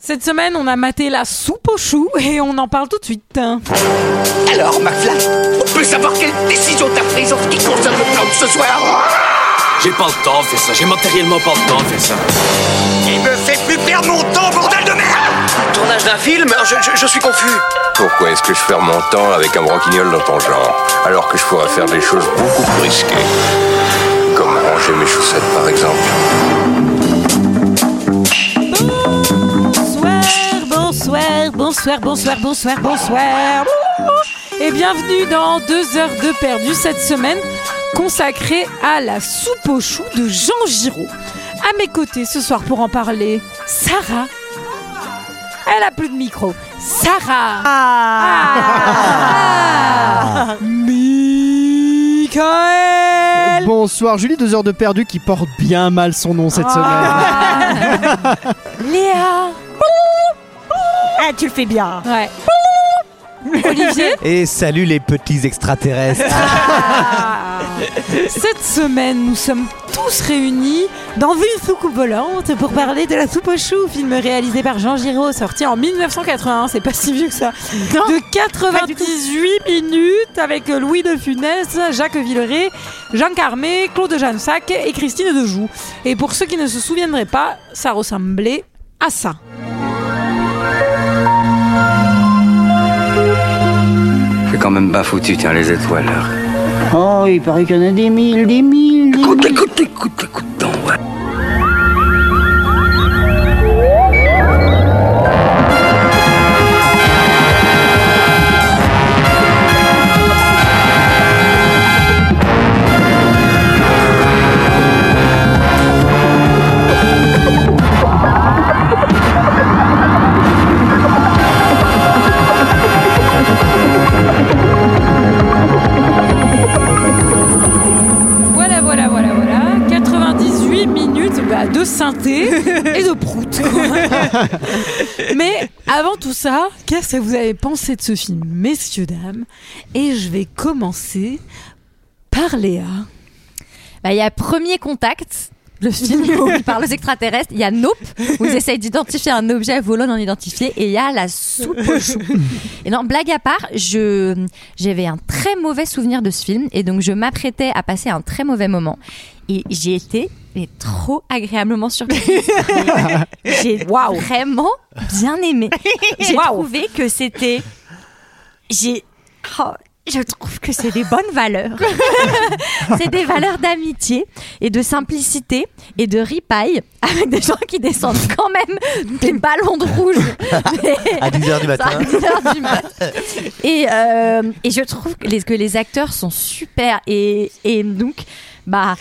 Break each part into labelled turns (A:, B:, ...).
A: Cette semaine, on a maté la soupe aux choux et on en parle tout de suite.
B: Alors, McFly, on peut savoir quelle décision t'as prise en ce qui concerne le plan de ce soir
C: J'ai pas le temps de faire ça, j'ai matériellement pas le temps de faire ça.
B: Il me fait plus perdre mon temps, bordel de merde
D: Tournage d'un film hein, je, je- je suis confus.
E: Pourquoi est-ce que je perds mon temps avec un broquignol dans ton genre, alors que je pourrais faire des choses beaucoup plus risquées Comme ranger mes chaussettes, par exemple.
A: Bonsoir, bonsoir, bonsoir, bonsoir, bonsoir, bonsoir. Et bienvenue dans 2 heures de perdu cette semaine consacrée à la soupe aux choux de Jean Giraud. À mes côtés ce soir pour en parler, Sarah. Elle a plus de micro. Sarah. Ah. Michael.
F: Bonsoir Julie, deux heures de perdu qui porte bien mal son nom cette
A: Ah.
F: semaine.
A: Léa.
G: Ah, tu le fais bien.
A: Ouais. Olivier.
H: Et salut les petits extraterrestres.
A: Cette semaine, nous sommes tous réunis dans Vue soucoupe volante pour parler de La soupe aux choux, film réalisé par Jean Giraud, sorti en 1981, c'est pas si vieux que ça, de 98 minutes avec Louis de Funès, Jacques Villeray, Jean Carmé, Claude Jansac et Christine Dejoux. Et pour ceux qui ne se souviendraient pas, ça ressemblait à ça.
I: C'est quand même pas foutu, tiens, les étoiles.
D: Oh, il paraît qu'il y en a des mille, des mille.
I: Écoute, écoute, écoute, écoute donc, ouais.
A: Voilà, voilà, voilà, voilà. 98 minutes bah, de synthé et de prout. Mais avant tout ça, qu'est-ce que vous avez pensé de ce film, messieurs, dames Et je vais commencer par Léa.
J: Bah, il y a Premier Contact, le film où ils parlent aux extraterrestres. Il y a Nope, où ils essayent d'identifier un objet volant non identifié. Et il y a la soupe aux choux. Et non, blague à part, je, j'avais un très mauvais souvenir de ce film. Et donc, je m'apprêtais à passer un très mauvais moment. Et j'ai été mais trop agréablement surprise. j'ai vraiment bien aimé. J'ai trouvé que c'était... J'ai... oh, je trouve que c'est des bonnes valeurs. c'est des valeurs d'amitié et de simplicité et de ripaille avec des gens qui descendent quand même des ballons de rouge. Mais-
H: À 10h du matin.
J: à 10h du mat. Et, euh, et je trouve que les, que les acteurs sont super. Et, et donc, bah,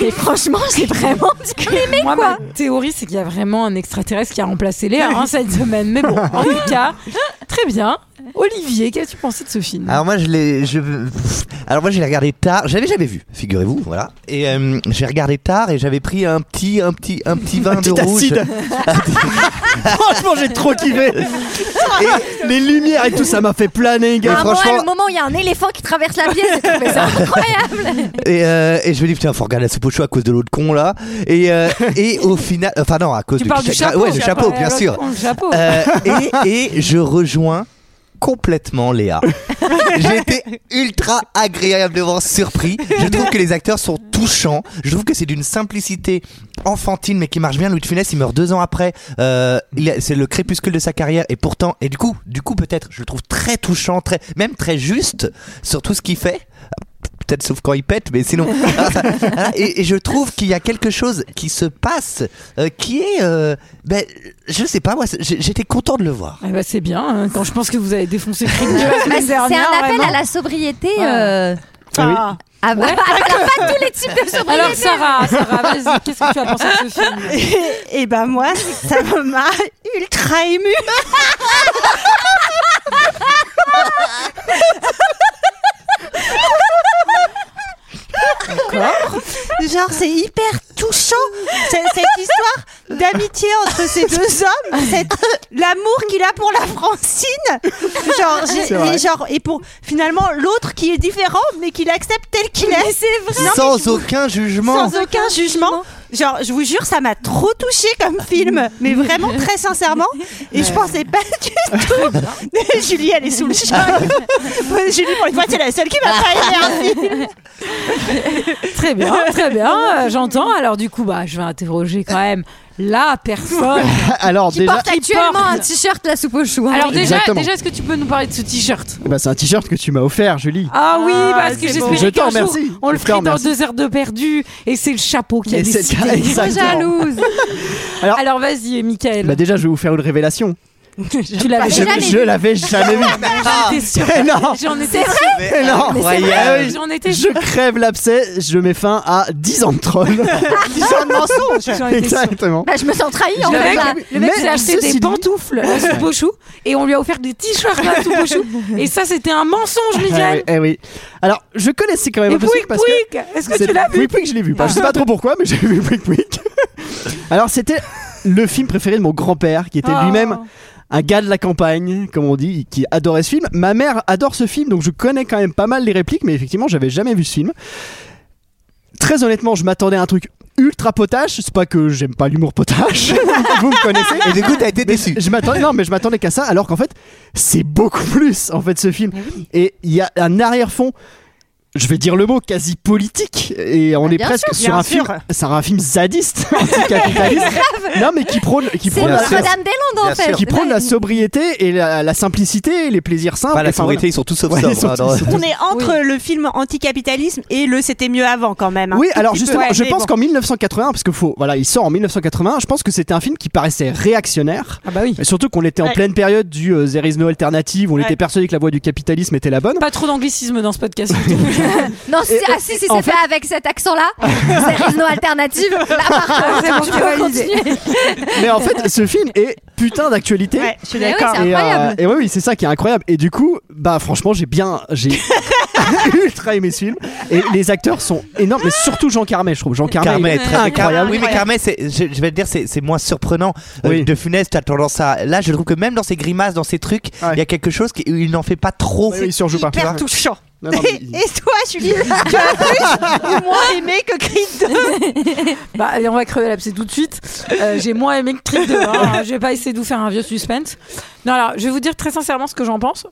J: et franchement, j'ai vraiment ce que j'ai aimé,
A: Moi,
J: quoi.
A: ma théorie, c'est qu'il y a vraiment un extraterrestre qui a remplacé Léa hein, cette semaine. Mais bon, en tout cas, très bien. Olivier, qu'as-tu pensé de ce film
H: Alors moi je l'ai, je, pff, alors moi je l'ai regardé tard. Je l'avais jamais vu, figurez-vous, voilà. Et euh, j'ai regardé tard et j'avais pris un petit, un petit, un petit vin de
F: Petit
H: rouge.
F: acide. Franchement, j'ai trop kiffé. Les lumières et tout, ça m'a fait planer,
J: À
F: gars.
J: un moment,
F: franchement,
J: le moment où il y a un éléphant qui traverse la pièce, j'ai trouvé ça incroyable.
H: Et, euh, et je me dis putain, faut regarder la soupe au chou à cause de l'autre con là. Et euh, et au final, enfin non, à cause
A: Tu
H: du,
A: parles du
H: chapeau,
A: chapeau
H: ouais, du chapeau, bien
A: Ouais,
H: sûr.
A: le chapeau.
H: Euh, et, et je rejoins complètement Léa. J'ai été ultra agréablement surpris. Je trouve que les acteurs sont touchants. Je trouve que c'est d'une simplicité enfantine mais qui marche bien. Louis de Funès, il meurt deux ans après. Euh, il a- c'est le crépuscule de sa carrière et pourtant et du coup, du coup peut-être, je le trouve très touchant, très même très juste sur tout ce qu'il fait. Peut-être sauf quand il pète, mais sinon. Ah, ça- ah, et, et je trouve qu'il y a quelque chose qui se passe, euh, qui est, euh, ben, je sais pas moi, c'est- j'ai- j'étais content de le voir.
A: Eh ben, c'est bien, hein, quand je pense que vous avez défoncé Frick de la
J: Bah,
A: semaine
J: c'est un
A: dernière,
J: appel
A: vraiment.
J: à la sobriété.
A: Ouais.
J: euh,
A: Ah.
J: à- Alors, pas tous les types de sobriété.
A: Alors Sarah, Sarah, vas-y, qu'est-ce que tu as pensé de ce film
G: Et, et ben moi, ça m'a ultra ému. Genre, c'est hyper touchant c'est- cette histoire d'amitié entre ces deux
J: Ah
G: hommes, cette- l'amour qu'il a pour la Francine. Genre, j'ai- et, genre, et pour finalement l'autre qui est différent mais qu'il accepte tel qu'il est.
J: Mais c'est vrai.
H: Sans aucun jugement.
G: sans aucun jugement. Genre, je vous jure, ça m'a trop touché comme film, mais vraiment très sincèrement. Et je pensais pas du tout. Julie, elle est sous le choc. Julie, pour une fois, c'est la seule qui m'a pas aimé un film.
A: Très bien, très bien, euh, j'entends. Alors du coup, bah, je vais interroger quand même la personne.
F: Alors
J: Qui
F: déjà,
J: porte actuellement
A: porte-
J: un t-shirt la soupe au chou. hein.
A: Alors déjà,
F: Exactement.
A: déjà est-ce que tu peux nous parler de ce t-shirt
F: bah, c'est un t-shirt que tu m'as offert, Julie.
A: Ah oui, parce que
G: c'est
A: j'espérais
G: beau.
F: Je t'en
A: qu'un jour,
F: remercie.
A: on le
F: Je t'en
A: ferait dans
F: remercie.
A: deux heures de perdu et c'est le chapeau qui a
F: Et c'est-
A: décidé.
F: Exactement.
A: jalouse. Alors,
F: Alors-
A: vas-y, Michael.
F: Bah déjà, je vais vous faire une révélation.
A: tu l'avais
F: Je,
A: Ah, jamais
F: je l'avais jamais vu.
A: J'étais sûre.
F: Eh non,
A: J'en étais sûre.
F: eh non.
H: Incroyable.
A: J'en étais
F: Je
A: sûre.
F: crève l'abcès, je mets fin à 10 ans de troll.
A: J'en étais sûre.
F: Exactement.
J: Bah, je me sens trahie en
A: Le
J: fait.
A: mec,
J: là.
A: le mec,
F: Mais
A: s'est acheté
F: ceci
A: des
F: dit-
A: pantoufles à Soupochou et on lui a offert des t-shirts à Soupochou. et ça, c'était un mensonge,
F: Eh oui,
A: Michael.
F: eh oui. Alors, je connaissais quand même
A: Et
F: un peu ce
A: Pouic
F: truc eh, parce que
A: Pouic, est-ce que
F: C'est
A: tu l'as vu Ah.
F: Pouic Pouic, je l'ai vu. Enfin, je sais pas trop pourquoi, mais j'ai vu Pouic Pouic. Alors, c'était le film préféré de mon grand-père, qui était
A: Oh.
F: lui-même un gars de la campagne, comme on dit, qui adorait ce film. Ma mère adore ce film, donc je connais quand même pas mal les répliques, mais effectivement, j'avais jamais vu ce film. Très honnêtement, je m'attendais à un truc ultra potache. C'est pas que j'aime pas l'humour potache, vous me connaissez.
H: Et du coup, t'as été
F: Mais
H: déçu.
F: je- Je m'attendais non, mais je m'attendais qu'à ça, alors qu'en fait, c'est beaucoup plus en fait ce film. Et il y a un arrière-fond. Je vais dire le mot quasi politique et
H: Bah,
F: on est
J: bien
F: presque
J: sûr,
F: sur
G: bien
F: un film,
G: sûr.
F: sur un film zadiste, anticapitaliste. non mais qui prône, qui
J: C'est
F: prône,
H: Bien
F: la,
H: sûr.
J: Notre-Dame des Landes en
H: Bien
J: fait.
H: sûr.
F: qui prône la
J: soupe.
F: sobriété et la, la simplicité et les plaisirs simples.
H: Pas la
F: Enfin,
H: sobriété, ils sont tous sauf
F: Ouais,
H: sobres,
F: ils sont
H: hein,
F: tous-
H: dans-
F: ils sont
G: On est entre le film anticapitalisme et le C'était mieux avant quand même. hein.
F: Oui,
G: Tout
F: alors
G: petit peu,
F: justement,
G: ouais,
F: je
G: mais
F: pense
G: bon.
F: qu'en 1980, parce que faut, voilà, il sort en 1980, je pense que c'était un film qui paraissait réactionnaire.
A: Ah bah oui.
F: Et surtout qu'on était en
G: Ouais.
F: pleine période du euh, There is no alternative, on
G: Ouais.
F: était persuadé que la voie du capitalisme était la bonne.
A: Pas trop d'anglicisme dans ce podcast.
J: Non, si, ah, si, si, c'est fait avec cet accent-là, c'est raison alternative. Bah, Là, par contre,
A: C'est bon,
J: tu
A: c'est
J: peux
A: validé.
J: continuer.
F: Mais en fait, ce film est putain d'actualité.
G: Ouais, je suis
J: Mais oui,
G: d'accord.
J: c'est
F: Et, euh,
J: incroyable.
F: et ouais, oui, c'est ça qui est incroyable. Et du coup, bah franchement, j'ai bien, j'ai ultra aimé ce film. Et les acteurs sont énormes, mais surtout Jean Carmet, je trouve. Jean Carmet, il est
H: Carmet, très
F: incroyable.
H: Oui, mais Carmet, c'est- je, je vais te dire, c'est c'est moins surprenant. Euh,
F: Oui.
H: De Funès, t'as tendance à. Là, je trouve que même dans ses grimaces, dans ses trucs, il
F: Ouais.
H: y a quelque chose qui, où il n'en fait pas trop.
F: Ouais, il surjoue pas.
G: Hyper touchant.
F: Non, non, mais
G: Et,
F: il-
G: et toi, Julie, tu as plus ou moins aimé que Creed 2
A: Bah, allez, on va crever l'abcès tout de suite. Euh, j'ai moins aimé que Creed 2. hein. Je vais pas essayer de vous faire un vieux suspense. Non, alors, je vais vous dire très sincèrement ce que j'en pense.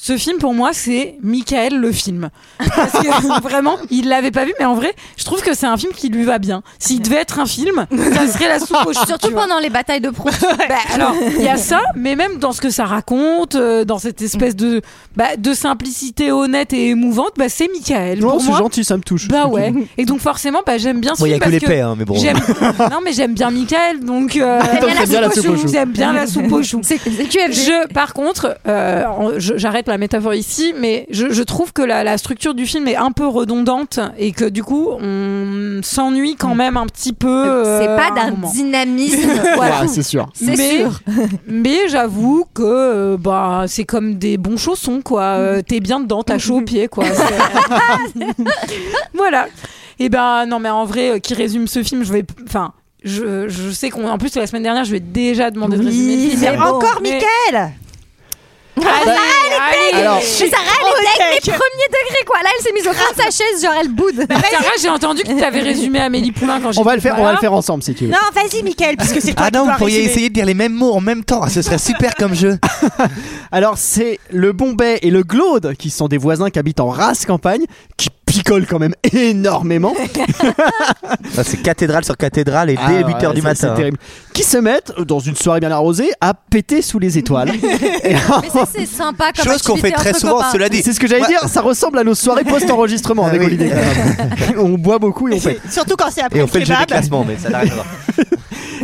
A: Ce film, pour moi, c'est Michael le film. Parce que vraiment, il l'avait pas vu, mais en vrai, je trouve que c'est un film qui lui va bien. S'il devait être un film, ça serait la soupe aux choux,
J: Surtout
A: tu vois.
J: pendant les batailles de proue.
A: Bah, alors, il y a ça, mais même dans ce que ça raconte, euh, dans cette espèce de, bah, de simplicité honnête et émouvante, bah, c'est Michael.
F: Non,
A: pour
F: c'est
A: moi,
F: gentil, ça me touche.
A: bah ouais. Et donc forcément, bah, j'aime bien ce
H: Bon, il y
A: film
H: a que
A: parce
H: les
A: que
H: paix, hein, mais bon.
A: J'aime- non mais j'aime bien Michael donc euh,
J: Attends, c'est bien la
F: soupe aux choux.
A: j'aime bien la soupe aux choux.
J: C'est c'est QFG.
A: Je, par contre, euh, en- je- j'arrête la métaphore ici, mais je, je trouve que la, la structure du film est un peu redondante et que du coup, on s'ennuie quand
J: Mm.
A: même un petit peu. euh,
J: C'est pas
A: à un
J: d'un
A: moment.
J: dynamisme.
A: Voilà.
F: Ouais, c'est sûr.
J: C'est
A: mais,
J: sûr.
A: mais j'avoue que euh, bah, c'est comme des bons chaussons, quoi. Euh, T'es bien dedans, t'as chaud aux pieds, quoi. C'est- voilà. Et ben non, mais en vrai, euh, qui résume ce film, je vais. Enfin, je, je sais qu'on. En plus, la semaine dernière, je vais déjà demander de
J: Oui,
A: résumer le film.
J: mais
A: Mais-
G: Encore
A: mais-
G: Michael
A: Allez, allez.
F: Alors,
J: Mais Sarah,
G: Oh,
J: elle était avec les premiers degrés, quoi. Là, elle s'est mise au fond de sa chaise, genre elle boude.
A: Sarah, j'ai entendu que tu avais résumé Amélie Poulain quand j'ai
F: on va
A: dit
F: le faire, on va
A: voilà.
F: le faire ensemble si tu veux.
G: Non, vas-y, Michael, puisque c'est toi
H: Ah
G: qui
H: non, vous
G: dois
H: pourriez
G: résumer.
H: essayer de dire les mêmes mots en même temps. Ah, Ce serait super comme jeu.
F: Alors c'est le Bombay et le Glaude qui sont des voisins qui habitent en race campagne qui picolent quand même énormément
H: Ah, c'est cathédrale sur cathédrale et dès
F: Ah, ouais,
H: 8h du
F: c'est- c'est
H: matin. hein.
F: terrible. Qui se mettent euh, dans une soirée bien arrosée à péter sous les étoiles. Et en-
J: Mais ça, c'est sympa comme
H: Chose qu'on fait
J: activité
H: très
J: entre
H: souvent,
J: copains.
H: cela dit.
F: C'est ce que j'allais
H: Ouais.
F: dire, ça ressemble à nos soirées post-enregistrement
H: Ah
F: avec
H: oui.
F: Olivier. quand même. on boit beaucoup et on fait.
G: Surtout quand c'est après
H: Et on
G: le
H: fait le jeu des
G: kebab.
H: classements, mais ça n'a rien à voir.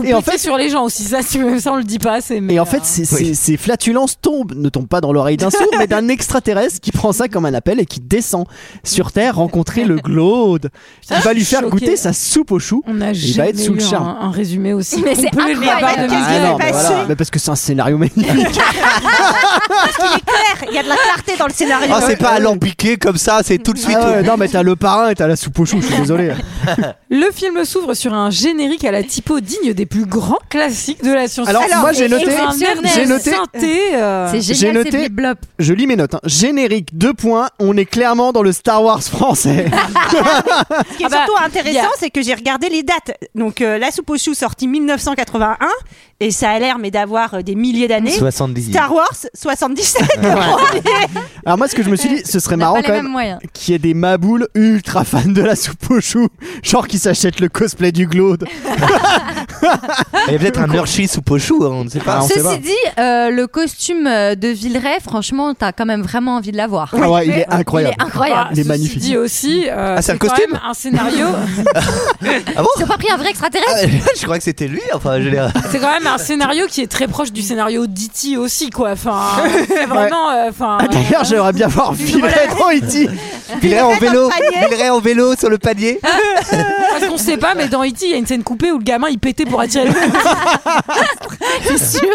F: Et en
A: Péter
F: fait,
A: sur les gens aussi, ça, tu- ça on le dit pas. c'est- mais,
F: et en
A: euh,
F: fait ces,
H: Oui.
F: ces- ces flatulences tombent, ne tombent pas dans l'oreille d'un sourd, mais d'un extraterrestre qui prend ça comme un appel et qui descend sur Terre rencontrer le Glaude. Il va lui faire
A: Choqué.
F: goûter sa soupe aux choux.
A: on a
F: Il va
A: jamais
F: être sous le
A: eu un,
F: charme.
A: un résumé aussi.
J: Mais c'est
A: complet de la part de
G: incroyable.
A: Michael.
G: Ah, non, mais voilà.
F: Mais parce que c'est un scénario magnifique.
G: Claire, il y a de la clarté dans le scénario.
H: Ah, c'est pas alambiqué comme ça, c'est tout de suite.
F: Ah ouais, non, mais t'as le parrain et t'as la soupe aux choux, je suis désolé.
A: Le film s'ouvre sur un générique à la typo digne des plus grands classiques de la science.
F: Alors, moi, j'ai noté-
A: un
F: j'ai
A: merveilleux
F: noté-
A: synthé, euh,
J: C'est
F: J'ai
J: génial,
F: noté-
J: c'est blop.
F: Je lis mes notes. hein. Générique, deux points. On est clairement dans le Star Wars français.
G: Ce qui est
A: Ah bah,
G: surtout
A: il y
G: intéressant,
A: a-
G: c'est que j'ai regardé les dates. Donc, euh, La soupe aux choux sortie 1981, et ça a l'air mais d'avoir euh, des milliers d'années.
H: 70.
G: Star Wars 77.
F: Alors moi, ce que je me suis dit, ce serait
J: On n'a
F: marrant
J: pas les
F: quand
J: mêmes
F: même
J: moyens.
F: qu'il y ait des maboules ultra fans de la soupe aux choux, genre qui s'achètent le cosplay du Glaude.
H: Il y a peut-être un Hershey sous Pochou, hein, on ne sait pas.
F: Ah, on sait pas.
J: Ceci dit, euh, le costume euh, de Villeray, franchement, t'as quand même vraiment envie de l'avoir.
F: Ah ouais, il est incroyable.
J: Il est incroyable.
A: Ah,
F: Il est
A: ceci
F: magnifique.
A: dit aussi, euh,
H: Ah, c'est
A: c'est
H: un
A: quand
H: costume
A: même un scénario.
H: Ah bon
J: Ils ont pas pris un vrai extraterrestre.
H: Ah, mais Je crois que c'était lui, enfin, je l'ai.
A: c'est quand même un scénario qui est très proche du scénario d'E.T. aussi, quoi. Enfin, c'est vraiment. euh, Enfin,
F: Ah, D'ailleurs, j'aimerais bien voir Villeray dans E.T.
H: Villeray en vélo, Villeray en vélo sur le panier.
A: Parce qu'on sait pas, mais dans E.T., il y a une scène coupée où le gamin il pétait pour attirer le.
J: C'est sûr.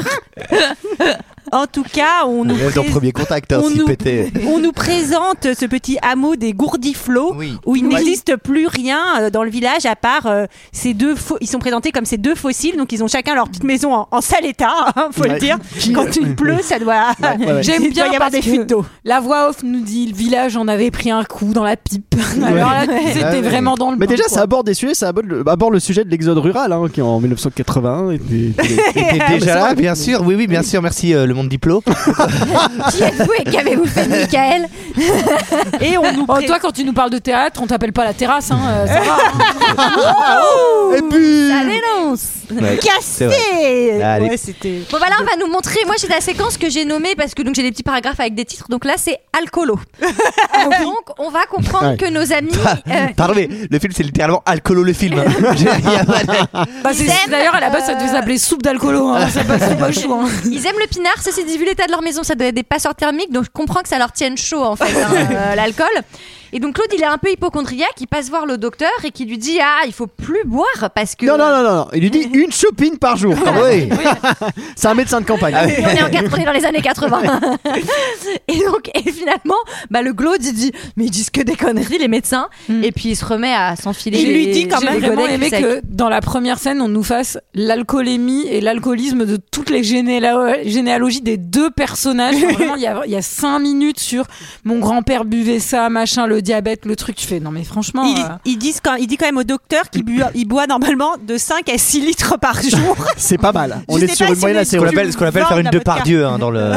G: en tout cas, on nous,
H: Dans
G: pré-
H: premier contact, hein,
G: on
H: s'il
G: nous-
H: pétait.
G: on nous présente ce petit hameau des Gourdiflots.
H: Oui.
G: Où il n'existe plus rien euh, dans le village à part euh, ces deux. fo- Ils sont présentés comme ces deux fossiles, donc ils ont chacun leur petite maison en, en sale état, hein, faut
F: Ouais.
G: le dire.
F: Qui-
G: Quand il pleut, ça doit.
F: Ouais, ouais, ouais.
A: J'aime
G: il doit
A: bien
G: y avoir
A: parce
G: des
A: que-
G: fuites d'eau.
A: La voix off nous dit le village en avait pris un coup dans la pipe. Alors là, c'était
H: Ouais.
A: vraiment dans le.
F: Ah Mais
A: bain,
F: déjà,
A: quoi.
F: ça aborde des sujets, ça aborde le, aborde le sujet de l'exode rural, hein, qui en 1981 était, était-
H: T'es
F: mais c'est
H: déjà là,
F: vrai.
H: bien sûr. Oui, oui, bien sûr. Merci, euh, le monde diplo.
F: Ah.
J: Qui êtes-vous et qu'avez-vous fait de Michael
G: Et on nous.
A: Oh,
G: pré-
A: toi, quand tu nous parles de théâtre, on t'appelle pas la terrasse, hein, euh, ça va. hein.
F: Et puis,
J: La dénonce
G: Cassé
H: Allez.
G: Ouais, c'était.
J: Bon, bah là, on va nous montrer. Moi, j'ai la séquence que j'ai nommée parce que donc j'ai des petits paragraphes avec des titres. Donc là, c'est Alcolo. donc, on va comprendre
F: Ouais.
J: que nos amis. euh,
H: Parlez. Le film, c'est littéralement alcoolo le film. Il y a pas de-
A: Bah, c'est-
J: aiment,
A: D'ailleurs, à la base, ça
F: euh,
A: devait s'appeler soupe d'alcoolo. Hein, c'est pas soupe au chou, hein.
J: Ils aiment le pinard, ceci dit, vu l'état de leur maison, ça doit être des passeurs thermiques, donc je comprends que ça leur tienne chaud en fait, hein, euh, l'alcool. Et donc Claude, il est un peu hypochondriaque, il passe voir le docteur et qui lui dit Ah, il faut plus boire parce que.
F: non, non, non, non, non. il lui dit une shopping par jour.
H: Ah oui. Ah
F: C'est un médecin de campagne.
J: On est, en quatre- on est dans les années 80. et donc, et finalement, bah, le Claude, il dit Mais ils disent que des conneries, les médecins.
F: Mm.
J: Et puis il se remet à s'enfiler.
A: J'ai-
J: les-
A: j'ai
J: les
A: vraiment
J: godets
A: aimé
J: secs.
F: euh,
A: que dans la première scène, on nous fasse l'alcoolémie et l'alcoolisme de toutes les généalo- généalogies des deux personnages. Enfin, vraiment, il y, a, il y a cinq minutes sur mon grand-père buvait ça, machin, le diabète, le truc. Tu fais non, mais franchement.
G: Ils,
A: euh,
G: ils disent quand, il dit quand même au docteur qu'il bu- il boit normalement de 5 à 6 litres par jour.
F: C'est pas mal. On
G: Je
F: est
G: sais
F: sur
G: pas
F: une
G: si
F: moyenne
G: on est
F: assez
H: Ce qu'on
G: sur-
F: relevée.
H: appelle, ce qu'on appelle faire une
G: Vendre à votre
H: Depardieu hein, dans le.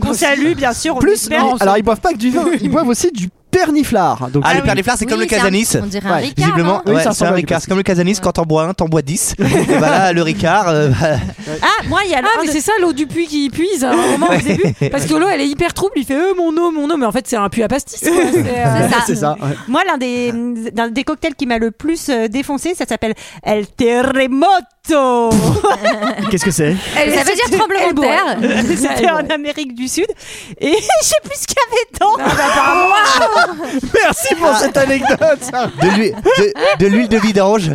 G: Qu'on salue, bien sûr. on
F: Plus,
G: espère.
F: non, alors ils boivent pas que du vin, ils boivent aussi du perniflard. Donc,
H: Ah,
F: c'est-
H: le perniflard, c'est comme
J: Oui,
H: le Casanis.
J: un- On dirait un
F: Ouais,
J: Ricard,
H: Visiblement,
J: hein.
F: Oui,
H: ouais,
F: ça
H: c'est
F: ressemble
H: un
F: à du
H: Ricard. C'est comme le Casanis, quand t'en bois un, t'en bois 10. Et bah là, le Ricard, euh, bah,
G: Ah, moi, il y a le-
A: Ah
G: un
A: mais
G: de-
A: c'est ça l'eau du puits qui puise à un moment au début parce que l'eau elle est hyper trouble il fait euh, mon eau mon eau mais en fait c'est un puits à pastis quoi. C'est, euh,
J: ça.
F: c'est ça. ouais.
G: moi, l'un des, l'un des cocktails qui m'a le plus euh, défoncé, ça s'appelle El Terremoto.
F: Qu'est-ce que c'est
J: Ça veut dire tremblement de terre.
G: C'était en Amérique du Sud. Et je sais plus ce qu'il y avait dedans.
F: Merci pour cette anecdote.
H: de l'huile de, de l'huile de vidange.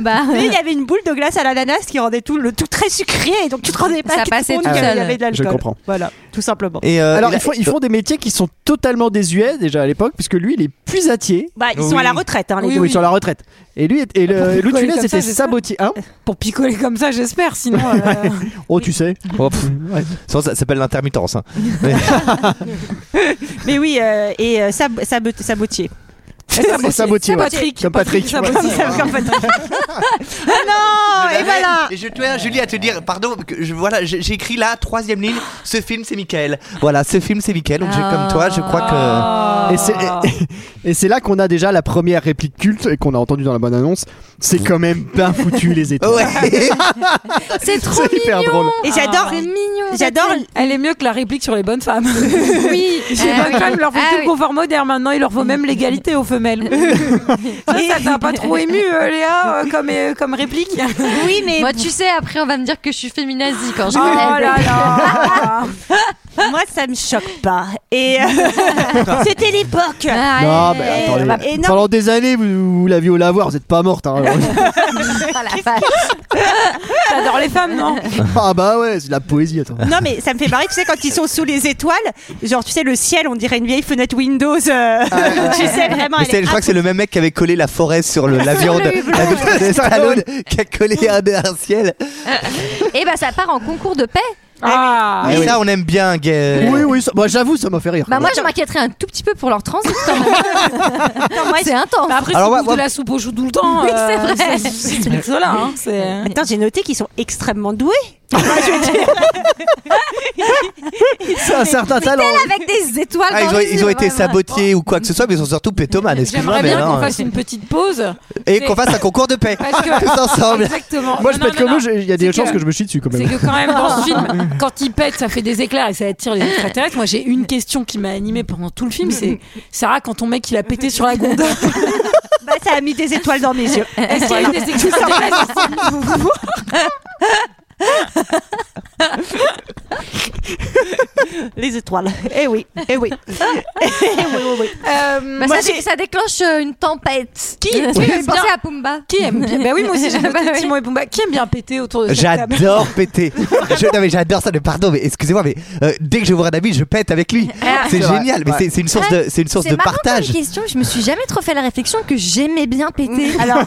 J: bah.
G: Et il y avait une boule de glace à l'ananas qui rendait tout le tout très sucré. Et donc, tu te rendais pas
J: Ça
G: compte
J: passait tout
G: qu'il y
J: seul.
G: avait de l'alcool.
F: Je comprends.
G: Voilà, tout simplement.
H: Et euh,
F: Alors
H: il a-
F: ils font, ils font des métiers qui sont totalement désuets déjà à l'époque, puisque lui il est puisatier.
G: Bah, ils sont
H: Oui.
G: à la retraite, hein, les
F: Oui,
G: deux.
F: oui, sur la retraite. Et lui est- et le-
A: Pourquoi
F: l'autre
A: il est
F: funeste
A: comme ça,
F: était
A: c'est ça
F: sabotier. Hein
A: pour picoler comme ça j'espère sinon euh,
F: oh tu sais. Oh, pff, ouais.
H: ça, ça s'appelle l'intermittence. hein.
G: Mais oui, euh, et euh, Sab- Sab- Sabotier.
F: C'est sabotier. ouais.
A: Patrick
F: Comme Patrick.
A: Sabotier.
F: ouais.
G: Ah non, et voilà.
H: Et je tiens, Julie, à te dire, pardon, que je, voilà, j'ai- j'écris la troisième ligne. Ce film, c'est Michael. Voilà, ce film, c'est Michael. Donc, je- comme toi, je crois que.
F: Et c'est- Et, et c'est là qu'on a déjà la première réplique culte et qu'on a entendu dans la bonne annonce. C'est quand même bien foutu les étoiles.
H: Ouais.
J: C'est trop
F: C'est hyper
J: mignon.
F: drôle.
G: Et j'adore-
H: Ah.
J: C'est mignon.
G: J'adore.
A: Elle est mieux que la réplique sur les bonnes femmes.
J: Oui.
A: J'ai
J: Ah oui.
A: quand même leur faut
J: Ah
A: tout le
J: oui.
A: confort moderne maintenant, il leur faut même l'égalité aux femelles. ça, ça t'a pas trop ému, euh, Léa, euh, comme, euh, comme réplique
G: Oui, mais
A: Ah,
J: Oh Moi, tu sais, après, on va me dire que je suis féminazie quand je
A: Oh
J: me lève.
A: là là
G: Moi, ça me choque pas. Et euh, c'était l'époque.
F: Non,
J: Ah Ouais.
F: mais attendez.
G: bah, et non.
F: Pendant des années, vous, vous l'aviez au lavoir, vous êtes pas morte. Hein.
J: Ah, la vache.
A: T'adores les femmes, non
F: ah bah ouais, c'est de la poésie. Attends.
G: Non, mais ça me fait marrer, tu sais, quand ils sont sous les étoiles, genre, tu sais, le ciel, on dirait une vieille fenêtre Windows.
H: Ah,
G: euh, tu sais, vraiment.
H: Mais
G: elle
H: c'est-
G: est
H: je crois que c'est le même mec qui avait collé la forêt sur le-
A: Ah,
H: l'avion de,
J: le hublot.
H: l'avion de Stallone, qui a collé un, un ciel.
J: Et bah ça part en concours de paix.
A: Ah
H: Et
F: oui.
H: ça, on aime bien, gay.
F: Oui, oui, ça- bah, j'avoue, ça m'a fait rire.
J: Bah
F: quand
J: moi
F: même.
J: je m'inquiéterais un tout petit peu pour leur transit quand même.
G: Attends, moi,
J: C'est intense.
A: Bah après,
H: Alors,
A: tu
H: moi-
A: bouffes
H: moi-
A: de la soupe au chou tout le temps.
J: Oui,
A: euh,
J: c'est vrai.
A: ça- ça explique cela, hein. C'est...
G: Attends, j'ai noté qu'ils sont extrêmement doués.
F: C'est un certain talent. hein.
J: Avec des étoiles.
H: Ah,
J: dans
H: ils ont,
J: les
H: ils ont
J: yeux,
H: été
J: voilà.
H: sabotiers ou quoi que ce soit, mais ils sont surtout pétomanes, excuse-moi,
A: J'aimerais
H: mais
A: bien qu'on
H: non. euh,
A: fasse une petite pause.
H: Et qu'on fasse un concours de paix,
A: Parce que-
H: tous ensemble.
A: Exactement.
F: Moi, je
A: Non,
F: pète
A: non,
F: comme
A: non.
F: eux, j'ai- il y a des
A: C'est
F: chances
A: que-
F: que je me chie dessus quand
A: C'est
F: même.
A: que quand même dans ce film, quand il pète, ça fait des éclairs et ça attire les extraterrestres. Moi, j'ai une question qui m'a animée pendant tout le film, c'est Sarah, quand ton mec il a pété sur la gondole,
G: Bah, ça a mis des étoiles dans mes yeux.
A: est-ce qu'il y a eu des extraterrestres
G: Les étoiles. Eh oui, eh oui. Eh oui, oui, oui.
J: Bah,
G: Moi,
J: ça, dé-
G: j'ai-
J: ça déclenche euh, une tempête.
A: Qui-
J: Est-ce
A: Oui,
J: que vous
A: bien.
J: pensez à Pumba
A: Qui aime bien Bah oui, moi aussi j'ai
J: Bah
A: noté
J: oui.
A: Timon et Pumba. Qui aime bien péter autour de cette table
H: J'adore péter. Je- non, mais j'adore ça. Mais pardon, mais excusez-moi, mais euh, dès que je vois un ami, je pète avec lui.
J: Ah,
H: C'est
F: c'est vrai.
H: génial. Mais
F: Ouais.
H: c'est- c'est une source de, c'est une source
J: C'est
H: de
J: marrant
H: partage. Mm.
J: comme question. Je me suis jamais trop fait la réflexion que j'aimais bien péter. Alors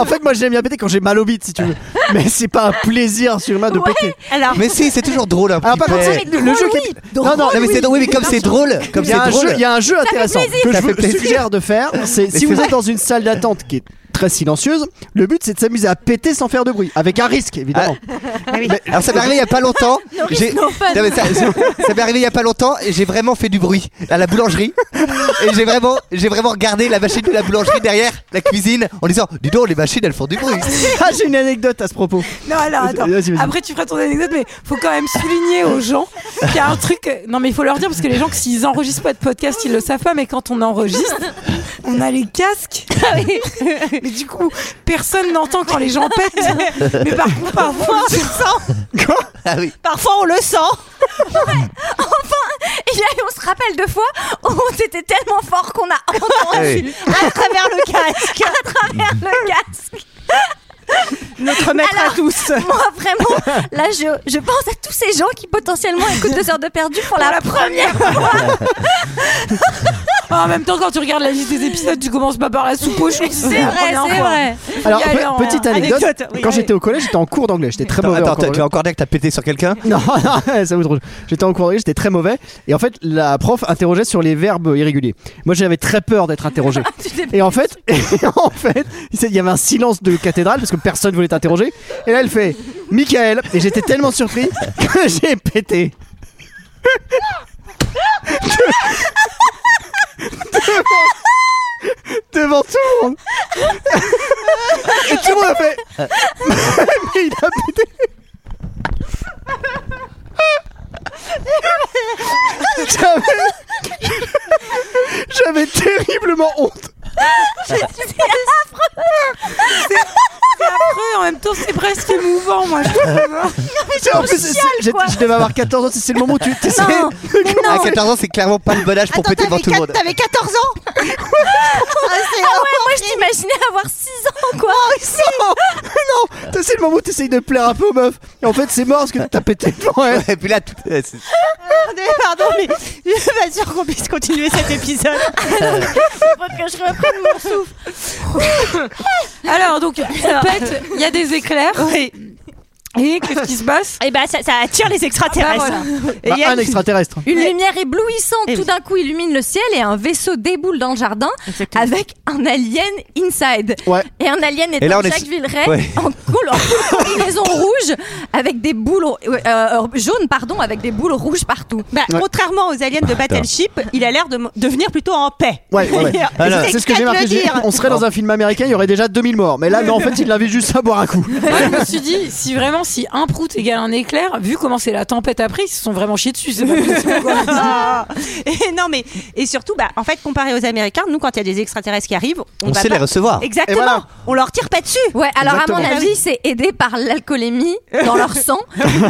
F: en fait, moi, j'aime bien péter quand j'ai mal au bide, si tu veux. Mais c'est pas un plaisir sur main de
J: Ouais.
F: péter.
G: Alors,
H: Mais si, c'est toujours drôle un
F: Alors,
H: petit
F: par
H: peu.
F: contre,
J: mais
F: le
J: drôle,
F: jeu
J: oui.
F: qui est-
J: Drôle,
F: Non, non,
H: Non, mais c'est oui, mais comme c'est drôle, comme
F: Il y, a
H: c'est
F: un
H: drôle.
F: jeu, il y a un jeu intéressant que
H: Ça
F: je
H: fait
F: vous
H: plaisir.
F: suggère de faire. C'est si
H: c'est
F: vous
H: vrai.
F: êtes dans une salle d'attente qui est très silencieuse, le but c'est de s'amuser à péter sans faire de bruit, avec un risque évidemment.
G: Ah
H: Mais- alors ça m'est arrivé il y a pas longtemps. J'ai-
J: no fun.
H: Non, mais ça, ça- ça m'est arrivé il y a pas longtemps et j'ai vraiment fait du bruit à la boulangerie et j'ai vraiment, j'ai vraiment regardé la machine de la boulangerie derrière la cuisine en disant, dis donc les machines elles font du bruit.
F: Ah, j'ai une anecdote à ce propos.
A: Non, alors attends.
F: Vas-y, vas-y.
A: Après, tu feras ton anecdote, mais faut quand même souligner aux gens qu'il y a un truc. euh, Non, mais il faut leur dire parce que les gens, que s'ils enregistrent pas de podcast, ils le savent pas. Mais quand on enregistre, on a les casques.
J: Ah
A: mais du coup, personne n'entend quand les gens pètent. Mais par contre, parfois,
G: on le sent.
H: Ah oui.
G: Parfois, on le sent.
J: il y a- on se rappelle deux fois où on était tellement fort qu'on a entendu
G: À travers le casque.
J: à travers le casque.
G: Notre maître
J: Alors-
G: à tous.
J: Moi vraiment, là je, je pense à tous ces gens qui potentiellement écoutent deux heures de perdu pour la, première.
A: en même temps, quand tu regardes la liste des épisodes, tu commences pas par la soupe au chou.
J: C'est vrai, c'est vrai.
F: Alors,
A: y aller en-
F: petite anecdote,
G: hein. anecdote, oui.
F: quand j'étais au collège, j'étais en cours d'anglais, j'étais très
H: Attends,
F: mauvais. en
H: attends,
F: cours
H: tu vas encore dire que t'as pété sur quelqu'un
F: Non, non, ça vous drôle. J'étais en cours d'anglais, j'étais très mauvais. Et en fait, la prof interrogeait sur les verbes irréguliers. Moi, j'avais très peur d'être interrogé.
G: Ah,
F: et en fait, et en fait, il y avait un silence de cathédrale parce que personne voulait t'interroger. Et là, elle fait Michael. Et j'étais tellement surpris que j'ai pété. Devant tout le monde. Et tout le monde a fait. Mais il a pété. J'avais... J'avais terriblement honte.
A: Après, en même temps, c'est presque émouvant, moi. je trouve.
F: En plus, c'est- j'étais- je devais avoir 14 ans, c'est c'est le moment où tu t'essayes.
J: Non,
H: À 14 ans, c'est clairement pas le bon âge pour
G: Attends,
H: péter devant
G: t'avais
H: tout le monde.
G: quat- t'avais 14 ans Ah, c'est
J: Moi je t'imaginais avoir 6 ans quoi.
F: Non, t'as- c'est le moment où t'essayes de plaire un peu aux meufs. Et en fait, c'est mort parce que t'as pété devant elle.
H: Et puis là, tout- euh, c'est-
G: horrible. Pardon, mais je suis pas sûre qu'on puisse continuer cet épisode.
J: que je reprenne mon souffle.
A: Alors, donc, on pète, il y a des éclairs. Et qu'est-ce qui se passe
G: Et bah, ça, ça attire les extraterrestres.
A: Ah bah
G: Et
F: Bah,
G: il y a-
F: un extraterrestre.
J: Une lumière éblouissante
G: Et
J: tout
G: oui.
J: d'un coup illumine le ciel et un vaisseau déboule dans le jardin
G: Exactement.
J: avec un alien inside.
F: Ouais.
J: Et un alien
H: Et là,
J: étant
H: on est-
J: Jacques Villeray
H: Ouais.
J: en cool, en full combinaison rouge avec des boules ro- euh, euh, jaunes pardon avec des boules rouges partout.
G: Bah, Contrairement aux aliens de Battleship, il a l'air de m- devenir plutôt en paix.
F: Bah, Ouais, ouais, ouais.
H: Alors,
F: C'est ce que j'ai marqué. j'ai- On serait dans un film américain, il y aurait déjà 2000 morts. Mais là, non, en fait, il l'invite juste à boire un coup.
A: Moi, je me suis dit, si vraiment si un prout égale un éclair, vu comment c'est la tempête après, ils se sont vraiment chiés dessus. C'est pas possible, quoi.
G: Ah. et non mais et surtout bah en fait comparé aux Américains nous quand il y a des extraterrestres qui arrivent
H: On
G: on, va
H: sait
G: pas-
H: les recevoir.
G: exactement
F: Et voilà.
G: on leur tire pas dessus
J: Ouais, alors à mon
F: Exactement.
J: avis, c'est aidé par l'alcoolémie dans leur sang.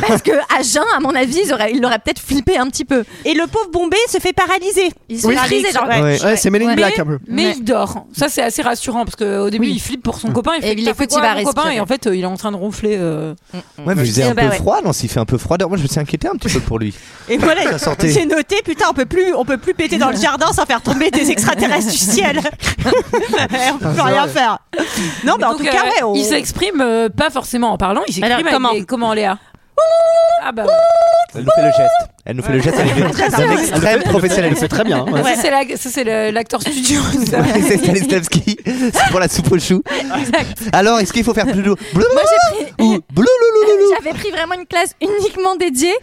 J: parce que à jeun, à mon avis, ils auraient, ils l'auraient peut-être flippé un petit peu.
G: et le pauvre Bombay se fait paralyser
J: Ils se sont paralysés, genre.
G: Ouais.
F: Ouais, c'est Men in
J: Ouais.
F: Black un peu.
A: Mais
J: Ouais.
A: il dort. Ça, c'est assez rassurant parce qu'au début, il flippe pour son copain. Il fait
J: Et il
A: Putain,
J: écoute,
A: fais quoi
J: il va
A: à mon copain
J: respirer.
A: et en fait, euh, il est en train de ronfler. euh.
H: Ouais, mais il faisait
G: Eh
H: un
G: bah
J: ben
H: peu
G: ouais.
H: froid, non, s'il fait un peu froideur, moi je me suis inquiété un petit peu pour lui.
G: et voilà
H: Ça sortait.
G: j'ai noté putain on peut plus on peut plus péter dans le jardin sans faire tomber des extraterrestres du ciel on peut
F: c'est
G: rien
F: vrai.
G: faire non mais en
A: Donc,
G: tout cas
A: euh,
G: ouais on-
A: il s'exprime euh, pas forcément en parlant. Il s'exprime
G: Alors,
A: avec
G: comment
A: des- comment Léa Ah bah,
H: Elle nous fait le geste. Elle nous fait le geste avec des-
G: J'adore.
H: un extrême professionnel.
F: Elle le fait très bien.
H: hein.
F: ouais.
A: ça c'est la- ça, c'est le- l'acteur studio. ça.
H: C'est Stanislavski, c'est pour la soupe aux choux. Alors, est-ce qu'il faut faire plus de
J: Moi, j'ai pris.
H: ou bloulouloulou
J: J'avais pris vraiment une classe uniquement dédiée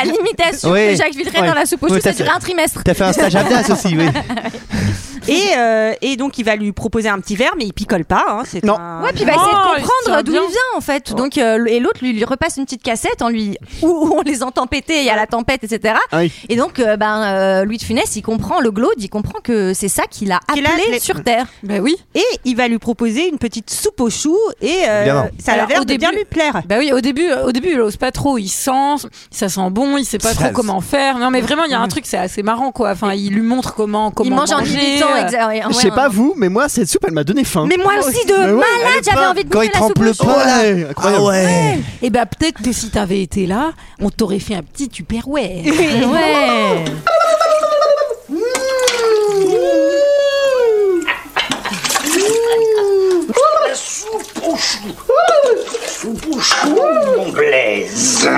J: à l'imitation
H: Oui.
J: de Jacques Villeray
H: Ouais.
J: dans la soupe aux
H: Oui,
J: choux.
H: t'as
J: Ça a duré
H: fait-
J: un trimestre.
H: T'as fait un stage à Avdas aussi, oui.
G: et, euh, et donc il va lui proposer un petit verre mais il picole pas hein, c'est
F: Non.
G: un-
J: Ouais, puis il va essayer
A: Non,
J: de
A: il se tient
J: comprendre d'où
A: bien.
J: il vient en fait. Donc euh, et l'autre lui, lui repasse une petite cassette en lui où on les entend péter, il y a la tempête, etc.
F: Ah oui.
J: Et donc euh, ben euh, Louis de Funès, il comprend le glaude, il comprend que c'est ça qu'il a appelé
G: Qu'il a appelé.
J: sur Terre.
A: bah oui.
G: et il va lui proposer une petite soupe aux choux et euh,
H: Évidemment.
G: ça a
A: Alors,
G: l'air
A: au
G: de bien
A: début-
G: lui plaire
A: Bah oui, au début, au début, il ose pas trop. Il sent, ça sent bon. Il sait pas
H: Ça-
A: trop comment faire. Non, mais vraiment, il y a un truc, c'est assez marrant, quoi. Enfin, il lui montre comment, comment
J: il mange en
A: manger,
J: imitant.
A: euh.
J: exa-
H: Ah
J: ouais,
F: Je
J: ouais,
F: sais
J: un-
F: pas vous, mais moi cette soupe elle m'a donné faim.
J: Mais moi aussi de
F: Mais ouais,
J: malade, j'avais envie de
H: Quand
J: bouffer
H: il
J: la soupe
H: trempe le
J: au chou.
H: pain,
F: Ouais,
H: là.
F: incroyable.
H: Ah ouais.
A: Eh bah peut-être que si t'avais été là, on t'aurait fait un petit tupperware.
J: Ouais.
B: La soupe au chou. Soupe au chou anglaise.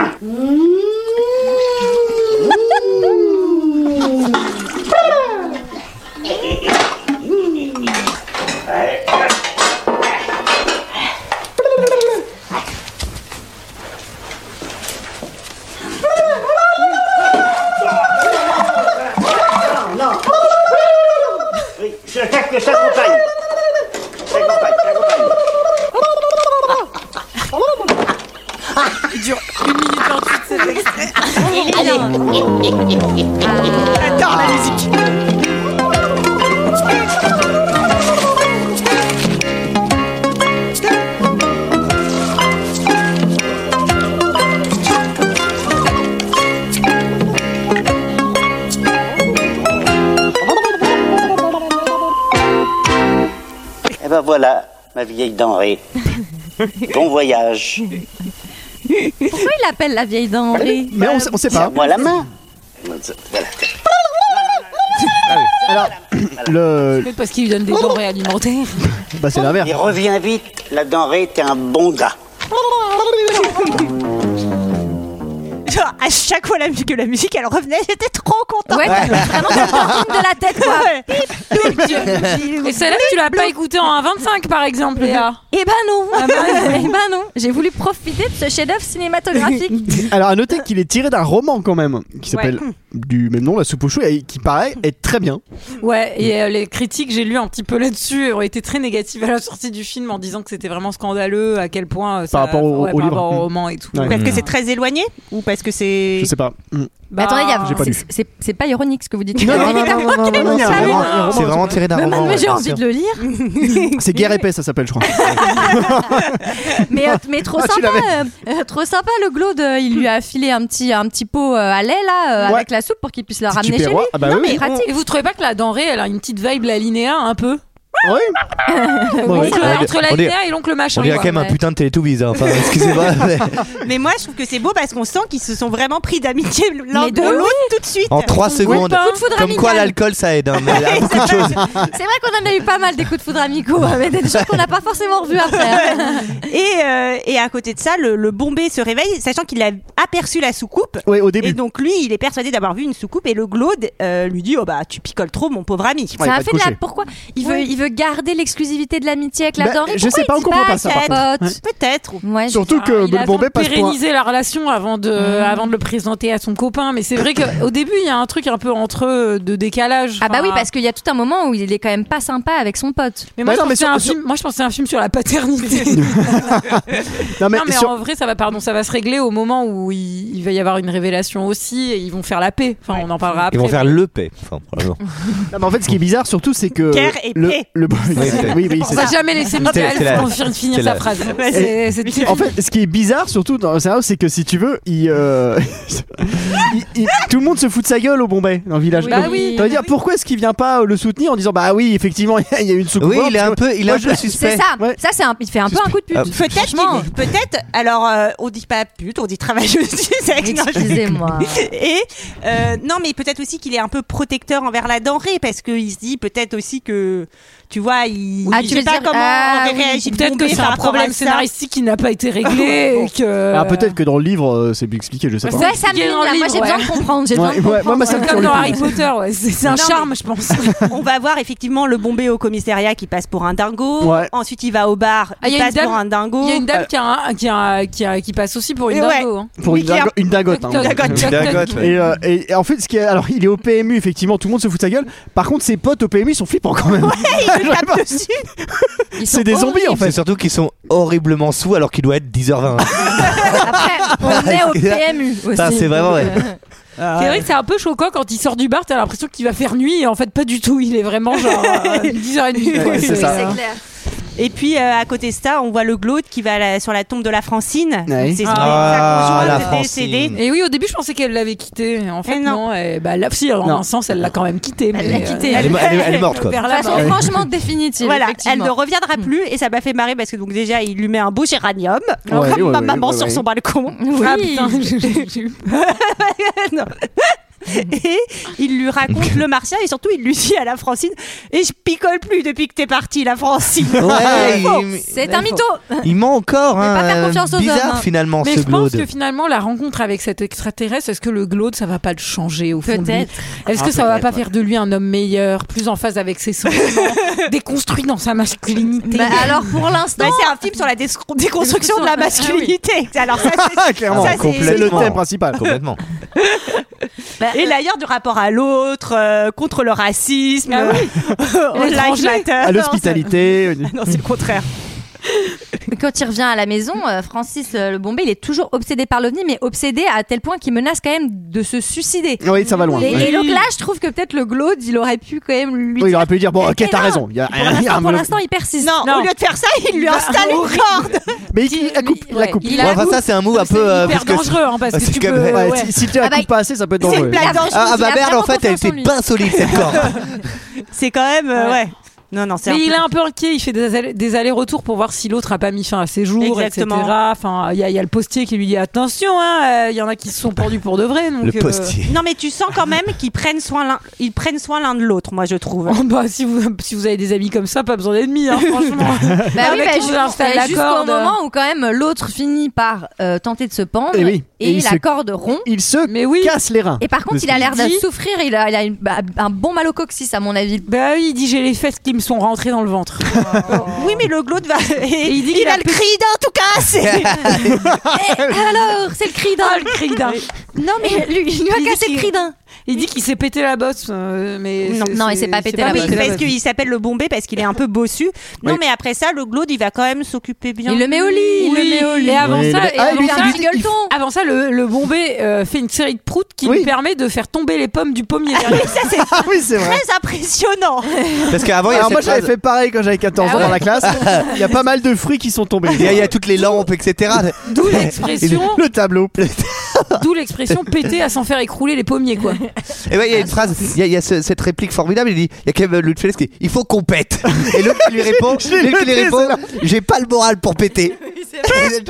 B: Je t'ac- je t'accompagne. Je t'accompagne, je t'accompagne.
I: Eh ben voilà, ma vieille denrée. Bon voyage.
J: Pourquoi il appelle la vieille denrée
F: Mais on, sait- on sait pas.
I: Moi la main.
F: Le,
A: Peut-être parce qu'il lui donne des denrées alimentaires.
F: bah c'est l'inverse.
I: Et reviens vite, la denrée, t'es un bon gars.
G: Genre, à chaque fois la mu- que la musique elle revenait, j'étais trop contente.
J: Ouais, vraiment ça me tourne de la tête quoi.
A: Et celle-là, tu l'as pas écoutée en 1,25 par exemple, Léa.
J: Eh ben non,
A: Ah bah
J: eh ben non, j'ai voulu profiter de ce chef-d'œuvre cinématographique.
F: Alors à noter qu'il est tiré d'un roman quand même qui s'appelle
H: Mm.
F: du même nom La soupe aux choux et qui paraît être très bien.
A: Ouais,
F: Mm.
A: et euh, les critiques, que j'ai lu un petit peu là-dessus, ont été très négatives à la sortie du film en disant que c'était vraiment scandaleux, à quel point euh, ça,
F: rapport au-
A: ouais,
F: au
A: par
F: livre.
A: rapport
F: Mm.
A: au roman et tout.
F: Ouais.
G: Parce que c'est très éloigné ou parce que c'est.
F: Je sais pas. Mm.
A: Bah,
J: Attendez, il y a-
F: J'ai pas lu.
J: c'est- c'est- c'est pas ironique ce que vous dites.
F: Non, non, non, non, non, non, non, non,
J: Vous savez,
F: non,
J: moi,
H: C'est vraiment tiré d'un
J: Même
H: roman.
J: moi,
H: ouais,
J: j'ai
H: bien
J: envie
H: sûr.
J: de le lire,
F: C'est guerre épais ça s'appelle je crois.
J: mais, euh, mais trop
F: Ah, tu
J: sympa, euh, euh, trop sympa le glaude. euh, Il lui a filé un petit, un petit pot euh, à lait là euh,
F: Ouais.
J: avec la soupe pour qu'il puisse le
F: Petit
J: ramener chez lui.
F: tupperware. Ah bah oui,
J: mais
F: oui.
J: pratique.
A: Et vous trouvez pas que la denrée, elle a une petite vibe la linéa un peu
F: Ah, Oui.
A: L'oncle-
F: oui.
H: On
A: Entre
H: dirait-
A: la
H: on dirait-
A: linéa et l'oncle machin.
H: On dirait
A: quoi.
H: quand même un
A: Ouais.
H: putain de Teletubbies, hein. enfin, excusez-moi. mais
G: Mais moi je trouve que c'est beau parce qu'on sent qu'ils se sont vraiment pris d'amitié l'un
J: Mais
G: de
J: de
G: l'autre tout de suite.
H: En 3
A: Ou
H: secondes.
A: pas.
J: Coup de foudre
H: Comme quoi
J: amical.
H: l'alcool ça aide, hein, mais à beaucoup de choses.
F: bah.
J: C'est vrai qu'on en a eu pas mal des coups de foudre amicaux, hein, mais des choses qu'on n'a pas forcément revues après. hein.
G: Et, euh, et à côté de ça, le, le Bombay se réveille, sachant qu'il a aperçu la soucoupe.
F: Ouais, au
G: Et
F: début.
G: donc lui, il est persuadé d'avoir vu une soucoupe et le glaude euh, lui dit oh bah tu picoles trop mon pauvre ami.
F: Ouais,
J: ça
F: pas
J: a
F: de
J: fait de la.
F: cocher.
J: Pourquoi il veut, il veut garder l'exclusivité de l'amitié avec la
F: Bah,
J: denrée.
F: je sais pas, on comprend pas ça, par contre.
G: Peut-être.
J: Ouais, je-
F: Surtout que
A: Ah, il a
F: Bombay passe pour un- Mm.
A: pérenniser la relation avant de, avant de le présenter à son copain. Mais c'est vrai qu'au début, il y a un truc un peu entre eux de décalage.
J: Ah bah
A: Enfin,
J: oui, parce qu'il y a tout un moment où il est quand même pas sympa avec son pote.
A: Mais moi,
F: Bah
A: je
F: non, mais
A: pense que c'est
F: sur-
A: un
F: sur-
A: film- moi, je pense que c'est un film sur la paternité.
F: Non, mais
A: non, mais
F: sur-
A: en vrai, ça va, pardon, ça va se régler au moment où il, il va y avoir une révélation aussi et ils vont faire la paix. Enfin, on en parlera après.
H: Ils vont faire le paix. Enfin, probablement.
F: non, mais en fait, ce qui est bizarre surtout, c'est que.
G: Guerre et
F: le,
G: paix.
F: le-
H: c'est-
F: oui, oui,
A: on
F: c'est
A: va jamais laisser
H: C'est-
A: Michael
H: c'est la-
A: finir, finir
H: c'est
A: sa
H: la-
A: phrase.
G: Ouais,
A: C'est- c'est-
F: En fait, ce qui est bizarre, surtout dans le scénario, c'est que si tu veux, il, euh, il- il- tout le monde se fout de sa gueule au Bombay, dans le village.
A: Bah
F: Donc,
A: oui.
F: t'as envie de dire pourquoi est-ce qu'il vient pas euh, le soutenir en disant bah oui, effectivement, il y a une soucoupe.
H: Oui, il est un peu, il est
F: Moi,
H: un peu
J: C'est
H: suspect.
J: ça. Euh,
F: Ouais.
J: Ça, c'est un, il fait un peu un coup de pute.
H: Ah,
G: Peut-être,
J: Franchement.
G: qu'il- peut-être. Alors, euh, on dit pas pute, on dit travailleuse du sexe. Non, je-
J: Excusez-moi.
G: Et euh, non, mais peut-être aussi qu'il est un peu protecteur envers la denrée parce qu'il se dit peut-être aussi que tu vois, il.
J: Ah,
G: je
J: tu
G: sais
J: veux
G: pas
J: dire-
G: comment
J: ah,
G: aurait
J: oui.
G: réagi
A: Peut-être
G: Bombay
A: que c'est
G: par
A: un
G: rapport à
A: problème
G: ça.
A: scénaristique qui n'a pas été réglé. et que...
F: Alors peut-être que dans le livre, euh, c'est bien expliqué, je sais pas.
J: Ouais, ça me
A: Il est dans le
J: mine, là. Moi,
A: livre,
J: j'ai besoin
A: ouais.
J: de comprendre. J'ai besoin
F: Ouais,
J: de
F: ouais, moi,
J: comprendre.
F: moi, ça me
A: Comme
F: tourne
A: dans
F: le
A: Harry
F: pouce.
A: Potter, ouais, c'est c'est un
J: Non,
A: charme, je pense.
G: On va voir effectivement le Bombay au commissariat qui passe pour un dingo.
F: Ouais.
G: Ensuite, il va au bar,
A: Ah,
G: il
A: y a une
G: passe
A: dame-
G: pour un dingo.
A: Il y a une dame qui, a un- qui, a un- qui, a- qui passe aussi pour une
G: Et ouais.
A: dingo, hein.
F: Pour une,
G: Mais qui est
F: dingo- une dingote. hein.
G: Dingote.
H: Dagote, ouais.
F: Et, euh, et- et en fait, ce qui est, alors il est au PMU, effectivement, tout le monde se fout de sa gueule. Par contre, ses potes au PMU sont flippants quand même.
G: Il le tape dessus.
J: Ils sont
F: c'est des zombies en
H: C'est
F: fait.
H: surtout qu'ils sont horriblement sous alors qu'il doit être 10h20.
J: Après, on est au PMU aussi.
H: Ça, c'est vraiment, ouais.
A: C'est vrai que c'est un peu choquant quand il sort du bar, t'as l'impression qu'il va faire nuit et en fait pas du tout, il est vraiment genre euh, 10h30.
F: Ouais, c'est ça.
J: C'est clair.
G: Et puis euh, à côté de ça, on voit le glauque qui va à la- sur la tombe de la Francine.
F: Ouais.
G: Donc, C'est son-
H: Ah,
G: sa
H: la
G: conjointe
H: Francine.
G: décédée.
A: Et oui, au début je pensais qu'elle l'avait quitté, en fait
G: Eh non.
A: non, et bah, là, si, en
F: Non.
A: un sens elle l'a quand même quitté.
J: Elle
A: mais,
J: l'a
A: euh,
J: quitté.
H: Elle est, elle est- elle est morte quoi.
A: vers
J: De
A: la
J: façon
A: mort.
J: franchement définitive.
G: Voilà, elle
J: effectivement.
G: ne reviendra plus et ça m'a fait marrer parce que donc déjà il lui met un beau géranium
F: Ouais,
G: comme
F: ouais,
G: ma
F: ouais,
G: maman
F: ouais,
G: sur
F: ouais.
G: son balcon.
J: Oui.
A: Ah putain, j'ai- j'ai eu peur.
G: Non. Et il lui raconte le martien et surtout il lui dit à la Francine et je picole plus depuis que t'es partie la Francine.
H: Ouais, il,
J: C'est un mytho.
H: il ment encore.
J: Mais
H: hein,
J: pas faire
H: euh,
J: confiance aux hommes,
H: Bizarre
J: hein.
H: finalement
A: Mais
H: ce
A: je pense
H: glaude.
A: que finalement la rencontre avec cet extraterrestre, est-ce que le glaude ça va pas le changer au fond de lui
J: Peut-être.
A: Est-ce
H: Ah,
A: que ça va pas faire de lui un homme meilleur, plus en phase avec ses sentiments, déconstruit dans sa masculinité
J: Bah, alors pour
G: Bah,
J: l'instant,
G: c'est un film sur la dés- déconstruction de la masculinité. Alors ça, c'est-
F: Ah, clairement,
G: Ça, c'est-
F: c'est le thème principal.
H: Complètement.
J: bah,
G: Et d'ailleurs, du rapport à l'autre, euh, contre le racisme, euh,
A: Ah
G: au
A: L'étranger.
G: Black Matter.
F: À l'hospitalité.
G: Non, c'est le contraire.
J: quand il revient à la maison, euh, Francis euh, le Bombay, il est toujours obsédé par l'OVNI, mais obsédé à tel point qu'il menace quand même de se suicider.
F: Oui, ça va loin.
J: Et,
F: Ouais.
J: et donc là, je trouve que peut-être le glaude, il aurait pu quand même lui.
F: Oui, il
J: dire-
F: aurait pu dire bon, ok,
J: Mais
F: t'as
J: non.
F: raison. il y a
J: Pour
F: rien à
J: l'instant, pour
F: me-
J: l'instant, il persiste.
G: Non, au lieu de faire ça, il lui installe une corde.
F: Mais il la coupe, il la
J: Ouais,
F: coupe.
J: il
H: Ouais,
J: la
H: enfin,
J: coupe.
H: ça, c'est un mot un
A: C'est
H: peu. euh, parce
A: hyper
H: que-
A: dangereux, hein, parce
H: Ah,
A: que
H: c'est
A: tu
H: comme-
A: peux...
H: ouais,
A: ouais.
F: Ouais, si- Si tu la
J: Ah bah,
F: coupes pas assez, ça peut être
G: C'est
F: dangereux.
G: une blague
J: Il a-
G: dangereuse.
H: Ah, ah, bah
J: Il a
H: merde, en
J: vraiment
H: fait, elle
J: confiance en
H: était
J: lui.
H: pas solide cette corde.
G: C'est quand même. euh,
A: Ouais.
G: ouais. Non, non, c'est un
A: Mais il
G: peu-
A: est un peu inquiet, il fait des, allers- des allers-retours pour voir si l'autre a pas mis fin à ses jours,
G: Exactement.
A: etc. Enfin, il y, a- il y a le postier qui lui dit attention, hein, euh, il y en a qui se sont pendus pour de vrai. Donc,
H: Le
A: euh,
H: postier.
G: Non, mais tu sens quand même qu'ils prennent soin l'un, ils prennent soin l'un de l'autre, moi je trouve.
A: oh, bah, si, vous, si vous avez des amis comme ça, pas besoin d'ennemis, hein, franchement.
J: Bah oui,
A: Avec
J: bah,
A: tout,
J: juste-
A: on installe
J: bah,
A: la
J: jusqu'au
A: corde.
J: moment où quand même l'autre finit par euh, tenter de se pendre
F: Et oui. Et il
J: la
F: se-
J: corde rompt.
F: Il se
A: Mais oui.
F: casse les reins.
J: Et par contre,
F: De
J: il a l'air de
A: dit-
J: souffrir. Il a, il a une- bah, un bon mal au coccyx, à mon avis.
A: Bah oui, il dit j'ai les fesses qui me sont rentrées dans le ventre.
G: Oui, mais le glaude va. Et
A: il dit
G: il
A: qu'il
G: a
A: a
G: le cri d'un tout cas. c'est-
J: Eh, Alors, c'est le cri d'un.
A: Ah, le cri d'un.
J: Non, mais lui, il lui
A: Il
J: a
A: dit
J: cassé
A: qu'il-
J: le cri d'un.
A: Il dit qu'il s'est pété la bosse, euh, mais
J: Non, non, il s'est pas pété la
G: Oui,
J: bosse.
A: pété
G: parce qu'il s'appelle le Bombay parce qu'il est un peu bossu. Non,
F: Oui.
G: mais après ça, le glaude, il va quand même s'occuper bien.
J: Il le met au lit. Il
A: Oui,
J: le met au lit.
A: Et avant
F: Oui,
A: ça,
F: mais-
A: et
F: Ah,
A: avant
F: lui,
A: ça,
J: il
A: il-
J: rigole
A: il-
J: ton.
A: avant ça, le, le Bombay euh, fait une série de proutes qui
F: Oui.
A: lui permet de faire tomber les pommes du pommier derrière.
G: Ça, c'est
F: Ah oui, c'est vrai.
G: très impressionnant.
H: Parce qu'avant, il y a
F: Alors moi
H: cette
F: j'avais
H: phrase- Ah
F: fait pareil quand j'avais 14 ans dans la classe. Il y a pas mal de fruits qui sont tombés.
H: il y a- il y a toutes les lampes, etc.
A: D'où l'expression,
F: Le tableau.
A: d'où l'expression péter à s'en faire écrouler les pommiers quoi.
H: Et ouais, il y a une phrase, il y a, il y a ce- cette réplique formidable. Il dit, il y a quand même Lutfels qui dit, il faut qu'on pète. Et l'autre qui lui répond,
F: je l'ai
H: l'autre qui lui
F: noté,
H: répond,
F: celle-là.
H: j'ai pas le moral pour péter. C'est génial.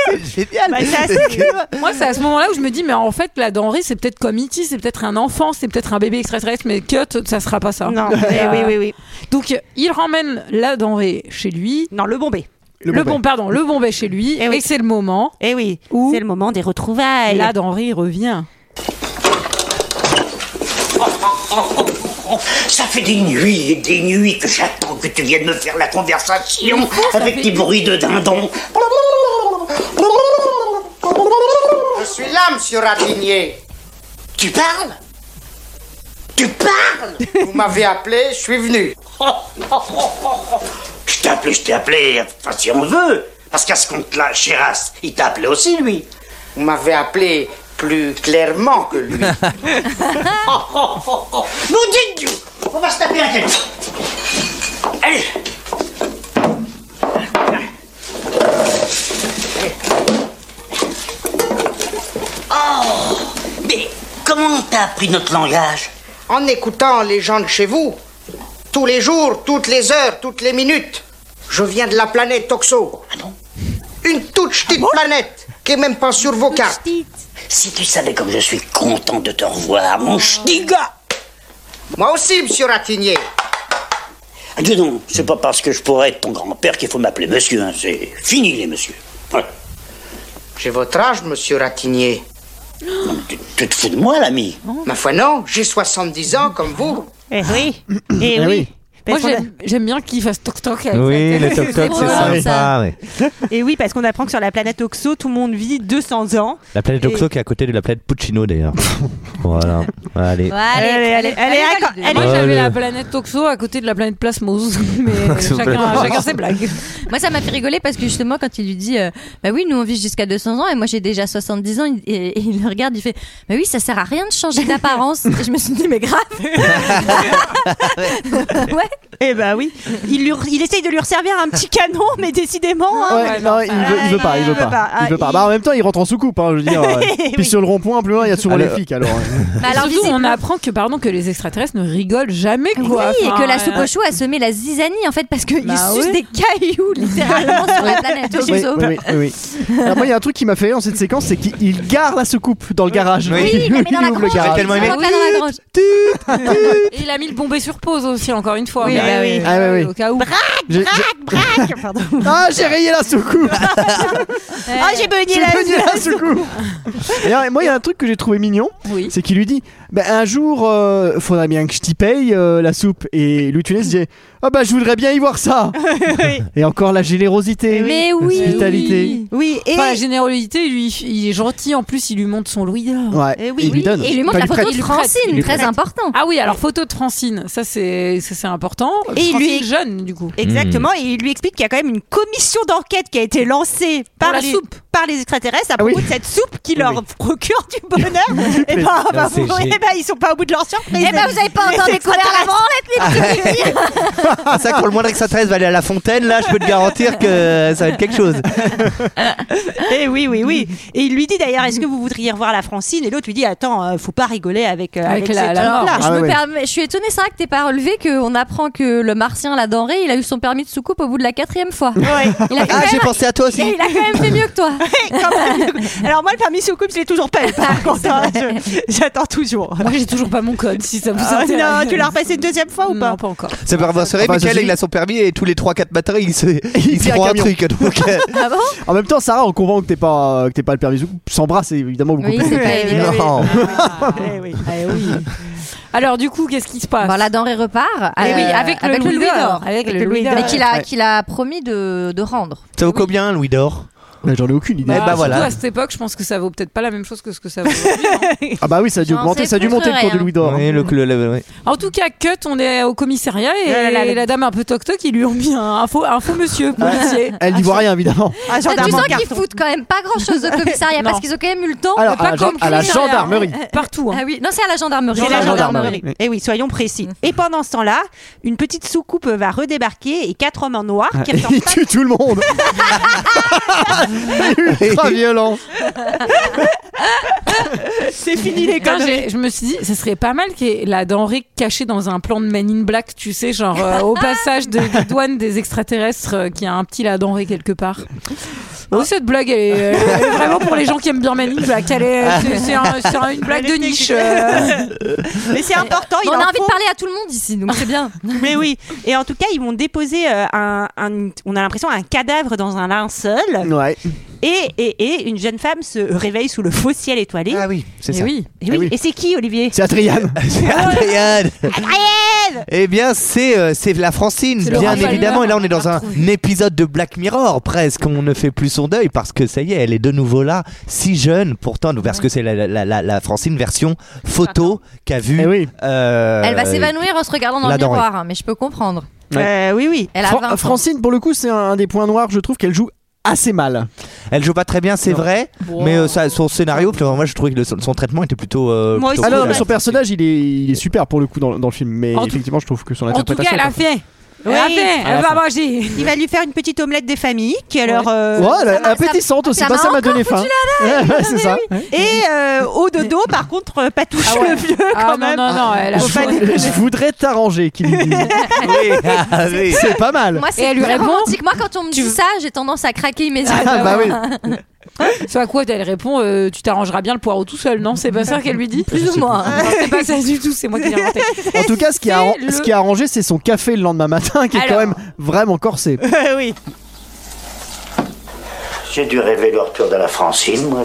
G: Bah, ça, c'est-
A: Moi, c'est à ce moment-là où je me dis, mais en fait, la denrée, c'est peut-être comme E.T., c'est peut-être un enfant, c'est peut-être un bébé extraterrestre, mais cut, ça sera pas ça.
G: Non, mais oui, oui, oui.
A: Donc, il ramène la denrée chez lui,
G: Non, le Bombay.
A: le, bon, pardon, le bombay chez lui,
G: Eh
A: et,
G: oui.
A: c'est le moment
G: Eh oui.
A: où
G: C'est le moment des retrouvailles.
A: la denrée revient.
B: francs. Ça fait des nuits et des nuits que j'attends que tu viennes me faire la conversation avec tes bruits de dindon.
K: Je suis là, monsieur Ratignier.
B: Tu parles Tu parles
K: Vous m'avez appelé, je suis venu.
B: Je t'ai appelé, je t'ai appelé, enfin si on veut. Parce qu'à ce compte-là, Chéras, il t'a appelé aussi, lui.
K: Vous m'avez appelé plus clairement que lui.
B: Oh, oh, oh, oh. Nous dites-nous On va se taper un café. Allez Oh Mais comment t'as appris notre langage
K: En écoutant les gens de chez vous, tous les jours, toutes les heures, toutes les minutes, je viens de la planète Toxo.
B: Ah bon Ah
K: Une toute petite planète qui est même pas sur vos cartes.
B: Si tu savais comme je suis content de te revoir, mon ch'tiga
K: Moi aussi, monsieur Ratignier.
B: Ah, Dis donc, c'est pas parce que je pourrais être ton grand-père qu'il faut m'appeler monsieur, hein. c'est fini les messieurs. Ouais.
K: J'ai votre âge, monsieur Ratignier.
B: Non, mais tu, tu te fous de moi, l'ami
K: Ma foi, non, j'ai 70 ans comme vous.
G: Eh oui. Eh
F: Eh
G: oui.
A: Moi,
G: Parce qu'on a-
A: j'aime- j'aime bien qu'il fasse toc-toc avec
H: Oui,
A: sa
H: le
A: tête.
H: toc toc,
J: drôle,
H: c'est
J: ça.
H: sympa. ouais.
G: Et eh oui, parce qu'on apprend que sur la planète Oxo, tout le monde vit 200 ans.
H: La planète Oxo qui est à côté de la planète Puccino d'ailleurs. voilà. Allez.
J: Ouais, allez,
G: Allez, allez, allez, encore,
J: valider.
G: allez.
A: Moi, j'avais
H: Ouais,
A: la
H: le-
A: planète Toxo à côté de la planète Plasmos. Mais chacun,
H: Plasmos.
A: chacun ses blagues.
J: Moi, ça m'a fait rigoler parce que justement, quand il lui dit, euh, bah oui, nous on vit jusqu'à 200 ans et moi j'ai déjà 70 ans, il- et, et il le regarde, il fait, bah oui, ça sert à rien de changer d'apparence. Et je me suis dit, mais grave. ouais.
G: Eh ben oui. Il, lui, il essaye de lui resservir un petit canon, mais décidément. hein.
F: Ouais, non, il veut, il veut pas, il veut pas.
G: Ah,
F: Il veut pas.
G: il-
F: Bah, en même temps, il rentre en soucoupe, hein, je veux dire. euh,
G: Oui.
F: Puis sur le rond-point, plus loin, il y a souvent les
H: Alors-
F: flics, alors. euh.
J: Bah, alors,
A: Surtout, on
J: visiblement- Ah
A: apprend que, pardon, que les extraterrestres ne rigolent jamais,
J: Oui,
A: quoi.
J: et
A: Enfin,
J: que la
A: euh,
J: soupe au chou a semé la zizanie en fait parce qu'il
A: Bah
J: suce
A: oui.
J: des cailloux littéralement sur la planète au
F: Oui,
J: zoo.
F: oui, oui, oui, oui. Alors, moi, il y a un truc qui m'a fait rire dans cette séquence, c'est qu'il garde la soucoupe dans le garage.
H: Oui.
J: Oui, mais dans
F: Il
J: la
F: ouvre le
J: grange.
F: garage.
H: J'ai tellement aimé.
J: Il rentre là dans la grange.
A: Et il a mis le bombé sur pause aussi, encore une fois.
G: Oui,
A: Mais,
G: bah oui.
A: euh,
F: Ah, bah oui.
A: Au cas où.
F: J'ai- j'ai-
G: Braque, pardon.
F: Ah, j'ai rayé la soucoupe
G: Ah, j'ai beugné
F: J'ai
G: la
F: rayé la soucoupe Et alors, moi, il y a un truc que j'ai trouvé mignon,
A: Oui.
F: c'est qu'il lui dit bah, Un jour, euh, faudra bien que je t'y paye euh, la soupe. Et Louis de Funès dit Ah, bah, je voudrais bien y voir ça Et encore la générosité.
J: Mais oui.
F: La hospitalité.
G: Eh Oui, et.
A: Enfin, la générosité, lui, il est gentil. En plus, il lui montre son Louis d'or.
F: Ouais,
G: Eh oui,
F: il lui
G: oui.
F: donne.
J: Et il lui montre
F: Enfin,
J: la
F: il
J: photo
F: prête.
J: de
F: Il
J: Francine,
F: lui
J: très
F: prête.
J: important.
A: Ah oui, alors photo de Francine, ça c'est ça, c'est important.
G: Et il
A: Francine
G: lui-
A: jeune du coup.
G: Exactement, et il lui explique qu'il y a quand même une commission d'enquête qui a été lancée par,
A: la
G: les,
A: soupe.
G: par les extraterrestres à
F: Ah oui.
G: propos de cette soupe qui leur
F: Oui.
G: procure du bonheur. et ben, bah, vous-
H: c'est
G: eh ben, ils sont pas au bout de leur surprise.
J: Eh ben vous avez pas
G: Les
J: entendu courir la branlette les petits
H: Ah, ça, pour le moindre extraterrestre va aller à la fontaine, là, je peux te garantir que ça va être quelque chose.
G: Eh oui, oui, oui. Et il lui dit d'ailleurs, est-ce que vous voudriez revoir la Francine Et l'autre lui dit, attends, euh, faut pas rigoler avec, euh,
A: Avec
G: avec,
A: la-
G: cette
A: la
G: soupe-là.
J: Je,
F: Ah
J: me
F: ouais.
J: permets- je suis étonnée, c'est vrai que t'es pas relevé qu'on apprend que le martien, la denrée, il a eu son permis de soucoupe au bout de la quatrième fois. Il a quand
H: Ah, j'ai
J: même-
H: pensé à toi
J: Eh,
H: aussi.
J: il a quand même fait mieux que toi.
G: Quand même. Alors moi, le permis soucoupe, je l'ai toujours pas eu, par contre. hein. Je- J'attends toujours.
A: Moi j'ai toujours pas mon code si ça vous
G: Ah,
A: intéresse.
G: non, tu l'as repassé une deuxième fois ou pas
A: Non, pas encore.
H: Ça peut rassurer,
F: Enfin,
H: Michael,
F: ceci-
H: il a son permis et tous les 3-4 matins, il se,
F: Il
H: il se
F: fait un
H: prend un
F: camion.
H: truc. Donc, euh,
J: Ah bon
F: En même temps, Sarah, on convainc que t'es pas, euh, que t'es pas le permis. S'embrasse, évidemment, vous
J: Oui,
F: coupez.
J: c'est pas évident.
H: non.
G: Eh oui.
A: Eh oui. Alors du coup, qu'est-ce qui se passe
J: Bon, la denrée repart.
A: Eh
J: euh,
A: oui, avec, le Louis d'or. Avec le Louis d'or.
J: Mais qu'il a,
F: Ouais.
J: qu'il a promis de, de rendre.
H: Ça vaut combien, Louis d'Or
F: Mais J'en ai aucune idée.
H: Bah, Eh ben
A: surtout
H: voilà.
A: à cette époque, je pense que ça vaut peut-être pas la même chose que ce que ça vaut. aujourd'hui.
F: Ah bah oui, ça a dû
J: J'en
F: augmenter,
J: sais
F: ça a dû
J: plus
F: monter le cours de
J: rien.
F: Louis d'Or.
H: Oui, le, le- le- ouais.
A: en tout cas, cut, on est au commissariat et
G: Là, là, là, là.
A: la dame un peu toc toc, ils lui ont mis un, un faux, un faux monsieur policier.
F: Elle n'y voit rien, évidemment.
G: Ah,
J: Ça, tu
G: gendarme en
J: sens qu'ils
G: carton.
J: foutent quand même pas grand chose au commissariat
A: Non.
J: parce qu'ils ont quand même eu le temps.
F: Alors,
J: de
F: à la
J: pas
F: gen-
J: comme
F: à la
J: crier.
F: gendarmerie.
A: Partout. hein.
J: Ah oui, non, c'est à la gendarmerie.
G: C'est la
F: Gendarmerie.
G: gendarmerie. Eh oui, soyons précis. Et pendant ce temps-là, une petite soucoupe va redébarquer et quatre hommes en noir qui ressemblent
F: Il
G: pas-
F: tue tout le monde. Ultra violent.
G: C'est fini les
A: Putain,
G: conneries.
A: j'ai- je me suis dit, ce serait pas mal qu'il y ait la denrée cachée dans un plan de Men in Black, tu sais, genre euh, au passage de, des douanes des extraterrestres, euh, qu'il y a un petit la denrée quelque part. Oh, cette blague, elle est, elle est vraiment pour les gens qui aiment bien Manning Black. Elle est- c'est- C'est un- c'est un- une blague de niche. euh.
G: Mais c'est important. il
J: Mais on Oh, a
G: en
J: envie
G: faut.
J: de parler à tout le monde ici, donc c'est bien.
G: Mais oui. Et en tout cas, ils m'ont déposé euh, un, un- on a l'impression, un cadavre dans un linceul.
F: Ouais.
G: Et, et, et une jeune femme se réveille sous le faux ciel étoilé.
H: Ah oui, c'est ça.
G: Et, oui. et c'est qui, Olivier Ah,
F: C'est Adriane.
H: C'est Adrien.
G: Adrienne
H: Eh bien, c'est euh, c'est la Francine,
A: C'est
H: bien
A: Laurent Palmer,
H: évidemment. Et là, on est
A: on
H: dans
A: l'a
H: un épisode de Black Mirror, presque. On ne fait plus son deuil parce que ça y est, elle est de nouveau là, si jeune, pourtant, parce que c'est la, la- la- la Francine version photo qu'a vue.
F: Eh oui.
H: euh,
J: Elle va s'évanouir en se regardant dans
H: la
J: le
H: denrée.
J: miroir, hein, mais je peux comprendre.
G: Euh, Oui, oui.
J: Elle a
F: Fran-
J: 20 ans.
F: Francine, pour le coup, c'est un, un des points noirs. Je trouve qu'elle joue assez mal.
H: Elle joue pas très bien, c'est
F: Non.
H: vrai, mais euh, ça- son scénario, puis, euh, moi, je trouvais que le- son, son traitement était plutôt. euh,
G: Moi
H: plutôt
G: aussi.
F: Ah non,
H: cool.
F: mais son personnage, il est, il est super pour le coup dans, dans le film. Mais
A: En tout-
F: effectivement, je trouve que son
A: En tout cas,
F: interprétation.
A: elle a fait. Elle a
G: Oui.
A: fait.
F: la
A: Elle va
F: fin.
A: manger.
G: Il va lui faire une petite omelette des familles qui alors. euh,
F: Ouais, elle est
J: ça m'a-
F: appétissante aussi.
J: ça
F: Bah,
J: m'a
F: ça m'a
J: encore
F: donné
J: foutu
F: faim. Ouais, ouais, c'est ça.
G: Et euh, au dodo, par contre, euh, pas touche le vieux
A: Ah
G: quand
A: non,
G: même.
A: non, non, elle a
G: Faut pas
A: joué.
G: déconner.
F: Je voudrais t'arranger, qu'il lui dit.
H: Oui, ah, oui.
F: C'est pas mal.
J: Moi,
A: Et
J: c'est
A: elle lui
J: très
A: répond
J: romantique. Moi, quand on me dit ça, j'ai tendance à craquer immédiatement.
F: Ah bah oui.
A: Ce à quoi elle répond euh, Tu t'arrangeras bien le poireau tout seul, non C'est pas ça qu'elle lui dit
J: Plus ou moins.
A: Non, c'est pas ça du tout, c'est moi qui l'ai inventé.
F: En tout cas, ce qui, a,
A: C'est le-
F: ce qui a arrangé, c'est son café le lendemain matin, qui est quand
A: Alors.
F: même vraiment corsé.
G: oui.
I: J'ai dû rêver le retour de la Francine, moi.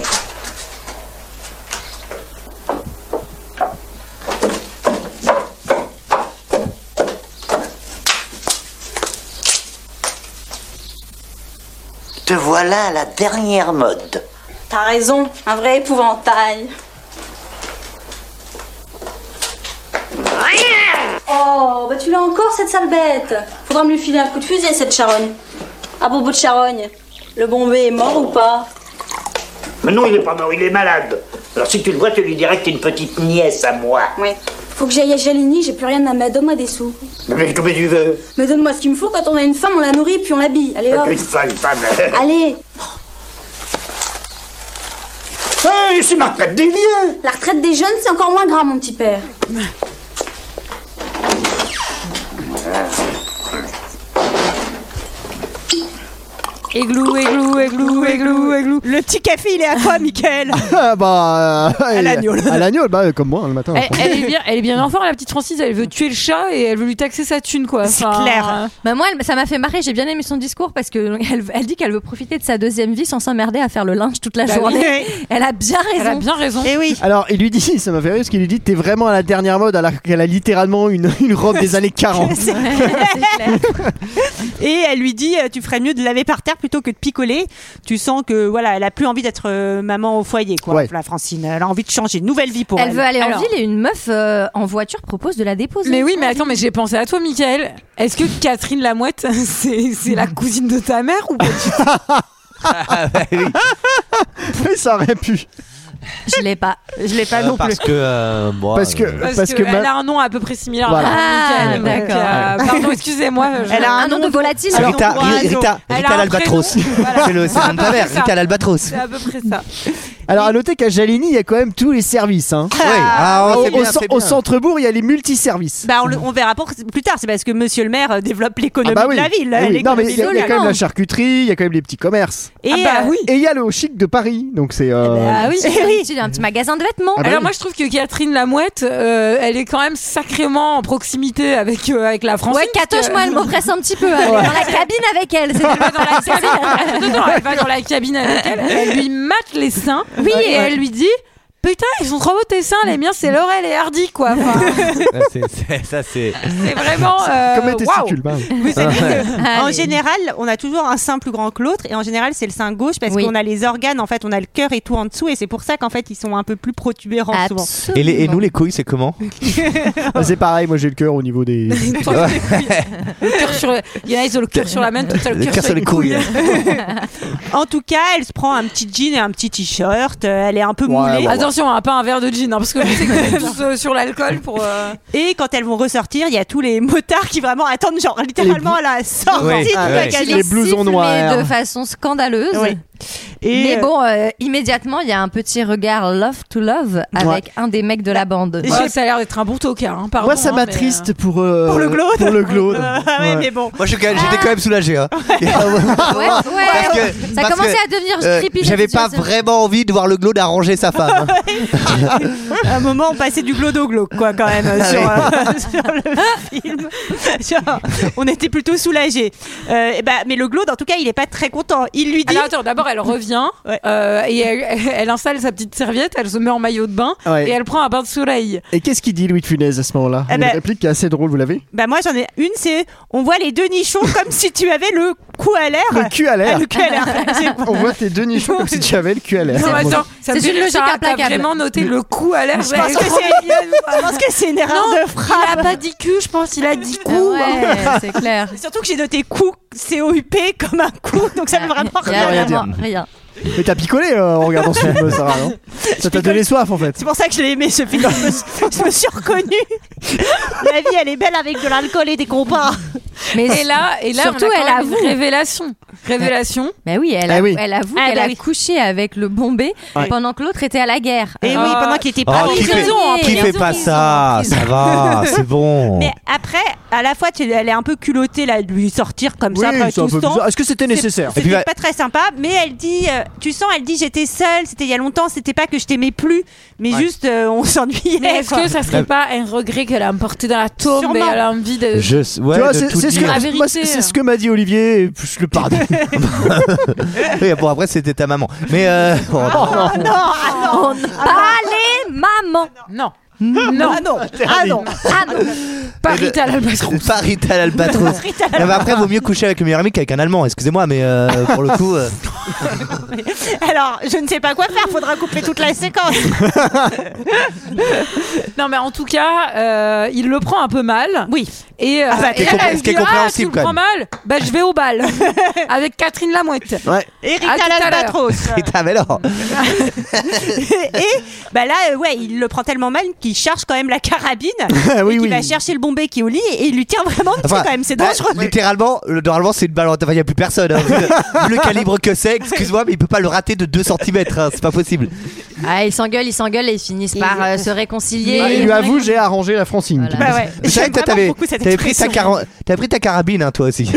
B: Te voilà à la dernière mode.
L: T'as raison, un vrai épouvantail. Oh, bah tu l'as encore cette sale bête. Faudra me lui filer un coup de fusil cette charogne. À bobo de charogne. Le bombé est mort ou pas
B: Mais non, il est pas mort, il est malade. Alors si tu le vois, tu lui dirais que t'es une petite nièce à moi.
L: Oui. Faut que j'aille à Jaligny, j'ai plus rien à me donne-moi des sous.
B: Mais comme tu veux.
L: Mais donne-moi ce qu'il me faut quand on a une femme, on la nourrit puis on l'habille. Allez hop.
B: Une femme, une femme.
L: Allez,
B: Hey, c'est ma retraite des vieux.
L: la retraite des jeunes, c'est encore moins gras, mon petit père.
A: Églou, églou, églou, églou, églou.
G: Le petit café, il est à quoi, Michael
F: Ah bah. euh, elle-
G: l'agneau.
F: À l'agneau, bah, comme moi, le matin.
A: Elle, Eh, elle est bien, elle est bien en forme, la petite Francise. Elle veut tuer le chat et elle veut lui taxer sa thune, quoi.
G: C'est
A: Enfin,
G: clair.
A: euh,
J: Bah, moi, elle- ça m'a fait marrer. J'ai bien aimé son discours parce que donc, elle, elle dit qu'elle veut profiter de sa deuxième vie sans s'emmerder à faire le linge toute la
A: Bah oui.
J: journée. Elle a bien
A: Elle a
J: raison.
A: bien raison.
G: Et oui.
F: Alors, il lui dit, ça m'a fait rire, parce qu'il lui dit, t'es vraiment à la dernière mode, alors qu'elle a littéralement une, une robe des années 40.
G: Et elle lui dit euh, tu ferais mieux de laver par terre plutôt que de picoler. Tu sens que voilà, elle a plus envie d'être euh, maman au foyer quoi.
F: Ouais.
G: La Francine, elle a envie de changer, une nouvelle vie pour elle.
J: Elle veut aller en
A: Alors.
J: ville et une meuf euh, en voiture propose de la déposer.
A: Mais oui, mais attends, mais j'ai pensé à toi, Michael. Est-ce que Catherine Lamouette, c'est c'est la cousine de ta mère ou pas du tout
F: Mais ça aurait pu.
J: Je l'ai pas.
G: Je l'ai pas
H: Euh,
G: non plus.
H: parce que. euh, moi,
F: Parce que,
H: euh,
A: Parce,
F: parce que,
A: qu'elle
F: ma-
A: a un nom à peu près similaire
F: Voilà.
A: à Michael.
J: Ah,
A: donc,
J: d'accord.
A: euh, pardon, excusez-moi. je-
G: Elle a
J: Un nom de volatile.
H: c'est Rita,
G: Alors,
H: Ri- Rita,
A: elle a
H: Rita
A: un
H: l'Albatros.
A: prénom, voilà.
H: C'est le c'est le nom de ta mère,
A: C'est ça.
H: Rita l'Albatros.
A: C'est à peu près ça.
F: Alors, à noter qu'à Jalini, il y a quand même tous les services. Hein.
H: Oui, ah,
F: Au,
H: c'est bien,
F: au cen-
H: c'est
F: au
H: bien.
F: centre-bourg, il y a les multiservices.
G: Bah, on, le- on verra pour- plus tard, c'est parce que monsieur le maire euh, développe l'économie
F: Ah bah oui.
G: de la ville. hein,
F: Ah oui.
G: l'économie
F: Non, mais il y, a- il y a
G: locale.
F: quand même la charcuterie, il y a quand même les petits commerces.
G: Et
A: Ah bah
G: euh,
A: oui.
F: Et il y a le chic de Paris, donc c'est. euh,
A: Ah oui.
J: C'est
G: Eh oui.
J: un petit magasin de vêtements.
F: Ah bah
A: Alors
F: oui.
A: moi je trouve que Catherine Lamouette, euh, elle est quand même sacrément en proximité avec euh, avec la France.
J: Ouais, Katoche, moi, elle m'oppresse un petit peu. hein. Elle est dans la cabine avec elle. C'est pas dans la cabine.
A: elle va dans la cabine avec elle, elle lui mate les seins. Oui, et elle lui dit. Putain, ils sont trop beaux tes seins, les miens c'est Laurel et Hardy quoi. Enfin,
H: Ah, c'est- c'est- Ça, c'est.
A: c'est vraiment. euh,
F: Comme les
A: waouh.
F: testicules, bah.
G: vous savez que en
J: Allez.
G: général, on a toujours un sein plus grand que l'autre, et en général, c'est le sein gauche parce
J: Oui.
G: qu'on a les organes, en fait, on a le cœur et tout en dessous, et c'est pour ça qu'en fait, ils sont un peu plus protubérants souvent.
H: Et, les- et nous, les couilles, c'est comment
F: Bah, c'est pareil, moi j'ai le cœur au niveau des.
A: Toi, t'as les couilles. Le cœur sur le- Il y en a, ils ont le cœur sur la main, toi, t'as le
H: Le
A: cœur sur les couilles.
G: En tout cas, elle se prend un petit jean et un petit t-shirt. euh, Elle est un peu moulée.
A: Attention, hein, pas un verre de gin, hein, parce que je sais qu'on est tous euh, sur l'alcool pour. euh,
G: Et quand elles vont ressortir, il y a tous les motards qui vraiment attendent, genre littéralement à la sortie
H: Ouais,
F: Ah
G: de la
H: ouais.
G: cabine.
F: Les blousons
J: siffle, mais
F: noirs.
J: de façon scandaleuse.
G: Oui.
A: Et
J: Mais bon, euh, immédiatement, il y a un petit regard love to love avec
F: Ouais.
J: un des mecs de la bande.
A: J'ai- ça a l'air d'être un bon tocard. Hein, pardon,
F: Moi, ça
A: hein, mais,
F: m'attriste pour, euh,
A: Pour le glaude.
F: Pour le glaude.
A: Ah oui, mais Ah. bon.
H: Moi, je suis quand même- j'étais quand même soulagé. hein.
J: Ouais, ouais.
H: Parce que-
J: ça
H: parce
J: commençait
H: que,
J: à devenir
H: euh,
J: creepy. cette
H: J'avais pas
J: situation.
H: vraiment envie de voir le glaude arranger sa femme. hein.
A: à un moment, on passait du glaude au glauque, quoi, quand
G: Ah
A: même, euh, sur, euh, sur le film. Genre,
G: on était plutôt soulagés. Euh, eh ben, mais le glaude, en tout cas, il est pas très content. Il lui dit.
A: euh, Alors attends, d'abord elle revient euh, et elle, elle installe sa petite serviette, elle se met en maillot de bain
F: Ouais.
A: et elle prend un bain de soleil.
F: Et qu'est-ce qu'il dit Louis de Funès à ce moment-là Il y
G: Eh
F: a
G: ben-
F: Une réplique qui est assez drôle, vous l'avez
G: Bah moi j'en ai une, c'est on voit les deux nichons comme si tu avais le cou à l'air.
F: Le cul à l'air.
G: Ah, le cul à l'air.
F: On voit tes deux nichons comme si tu avais le cul à l'air.
A: Non, attends, ça me
J: C'est
A: fait
J: une
A: rire,
J: logique
A: Sarah, t'as
J: implacable.
A: vraiment noté le coup à l'air.
G: Je pense que c'est- je pense que c'est une erreur de frappe.
A: Il a pas dit cul, je pense, il a dit hein.
J: Ah
A: coup.
J: ouais, c'est clair.
G: Surtout que j'ai noté coup C-O-U-P comme un coup, donc ça veut vraiment
J: Il y
G: rien.
J: a
F: rien dire.
J: vraiment rien.
F: Mais t'as picolé euh, en regardant ce film, Sarah, non Ça t'a donné soif en fait.
G: C'est pour ça que je l'ai aimé ce film. Je me, suis- je me suis reconnue. La vie elle est belle avec de l'alcool et des compas.
J: Mais
A: Et là, et là,
J: Surtout,
A: on a quand
J: elle
A: même une
J: avoue.
A: révélation. Révélation.
J: Mais oui, elle,
F: Ah
J: a-
F: oui.
J: elle avoue
G: Ah
J: qu'elle
G: bah
J: a
G: oui.
J: couché avec le Bombay
F: Ouais.
J: pendant que l'autre était à la guerre.
G: Et oui,
A: Ah.
G: pendant qu'il était pas.
H: Oh,
A: oui,
H: qui
A: ils
H: fait,
A: ont, ils
H: qui
A: ont,
H: fait
A: ils
H: pas
A: ont,
H: ça
A: ils ont.
H: Ça va, c'est bon.
G: Mais après, à la fois, tu- elle est un peu culottée là, de lui sortir comme ça après
F: c'est un
G: tout ce
F: peu
G: temps.
F: bizarre. Est-ce que c'était nécessaire
H: Et puis,
G: C'était
H: bah-
G: pas très sympa, mais elle dit, euh, tu sens, elle dit j'étais seule, c'était il y a longtemps, c'était pas que je t'aimais plus, mais juste euh, on s'ennuyait.
A: Mais est-ce
G: quoi.
A: que ça serait pas un regret qu'elle a emporté dans la tombe et
G: Sûrement.
A: elle a envie de.
H: Je, ouais,
F: Tu vois,
H: de
F: c'est
H: tout
F: c'est ce
H: dire.
A: La
F: que,
A: vérité. hein.
F: moi, c'est- c'est ce que m'a dit Olivier, et je le pardonne.
H: Oui, bon, après, c'était ta maman. Mais euh, oh, non.
G: Oh non, ah non,
J: Pas les mamans.
A: Non. Non.
G: ah non, ah non.
J: Ah non.
A: Pas
H: Et de-
A: Rita l'albatros.
H: Pas Rita l'albatros. Non, mais après, vaut mieux coucher avec le meilleur ami qu'avec un allemand, excusez-moi, mais euh, pour le coup. euh,
G: Alors, je ne sais pas quoi faire, faudra couper toute la séquence.
A: Non, mais en tout cas, euh, il le prend un peu mal.
G: Oui.
A: Et, euh,
G: Ah bah,
A: et
G: ce qui est
A: elle,
H: compréh-
A: elle
H: ce qui est
A: dit, ah, tu
H: compréhensible,
A: le
H: quand
A: prends mal Bah, je vais au bal avec Catherine Lamouette.
F: Ouais.
G: Eric
A: À tout à l'heure.
G: l'albatros.
H: Rita, ah, mais alors.
G: Et bah là, euh, ouais, il le prend tellement mal qu'il charge quand même la carabine.
F: Oui,
G: et
F: oui.
G: qu'il va chercher le bombé qui est au lit et il lui tient vraiment dessus
H: Enfin,
G: quand même, c'est
H: bah,
G: dangereux.
H: Littéralement, le- normalement, c'est une balle. en- Enfin, il n'y a plus personne. hein, parce que le calibre que c'est, excuse-moi, mais il peut pas le rater de 2 cm. c'est pas possible.
J: Ah, ils s'engueulent, ils s'engueulent et ils finissent par euh, se réconcilier.
F: Ah, il lui avoue, j'ai arrangé la Francine.
J: Voilà.
G: Bah ouais.
H: Mais C'est vrai
G: J'aime
H: que toi,
G: vraiment
H: t'avais
G: beaucoup cette
H: t'avais pris, ta
G: expression.
H: cara- t'avais pris ta carabine, hein, toi aussi.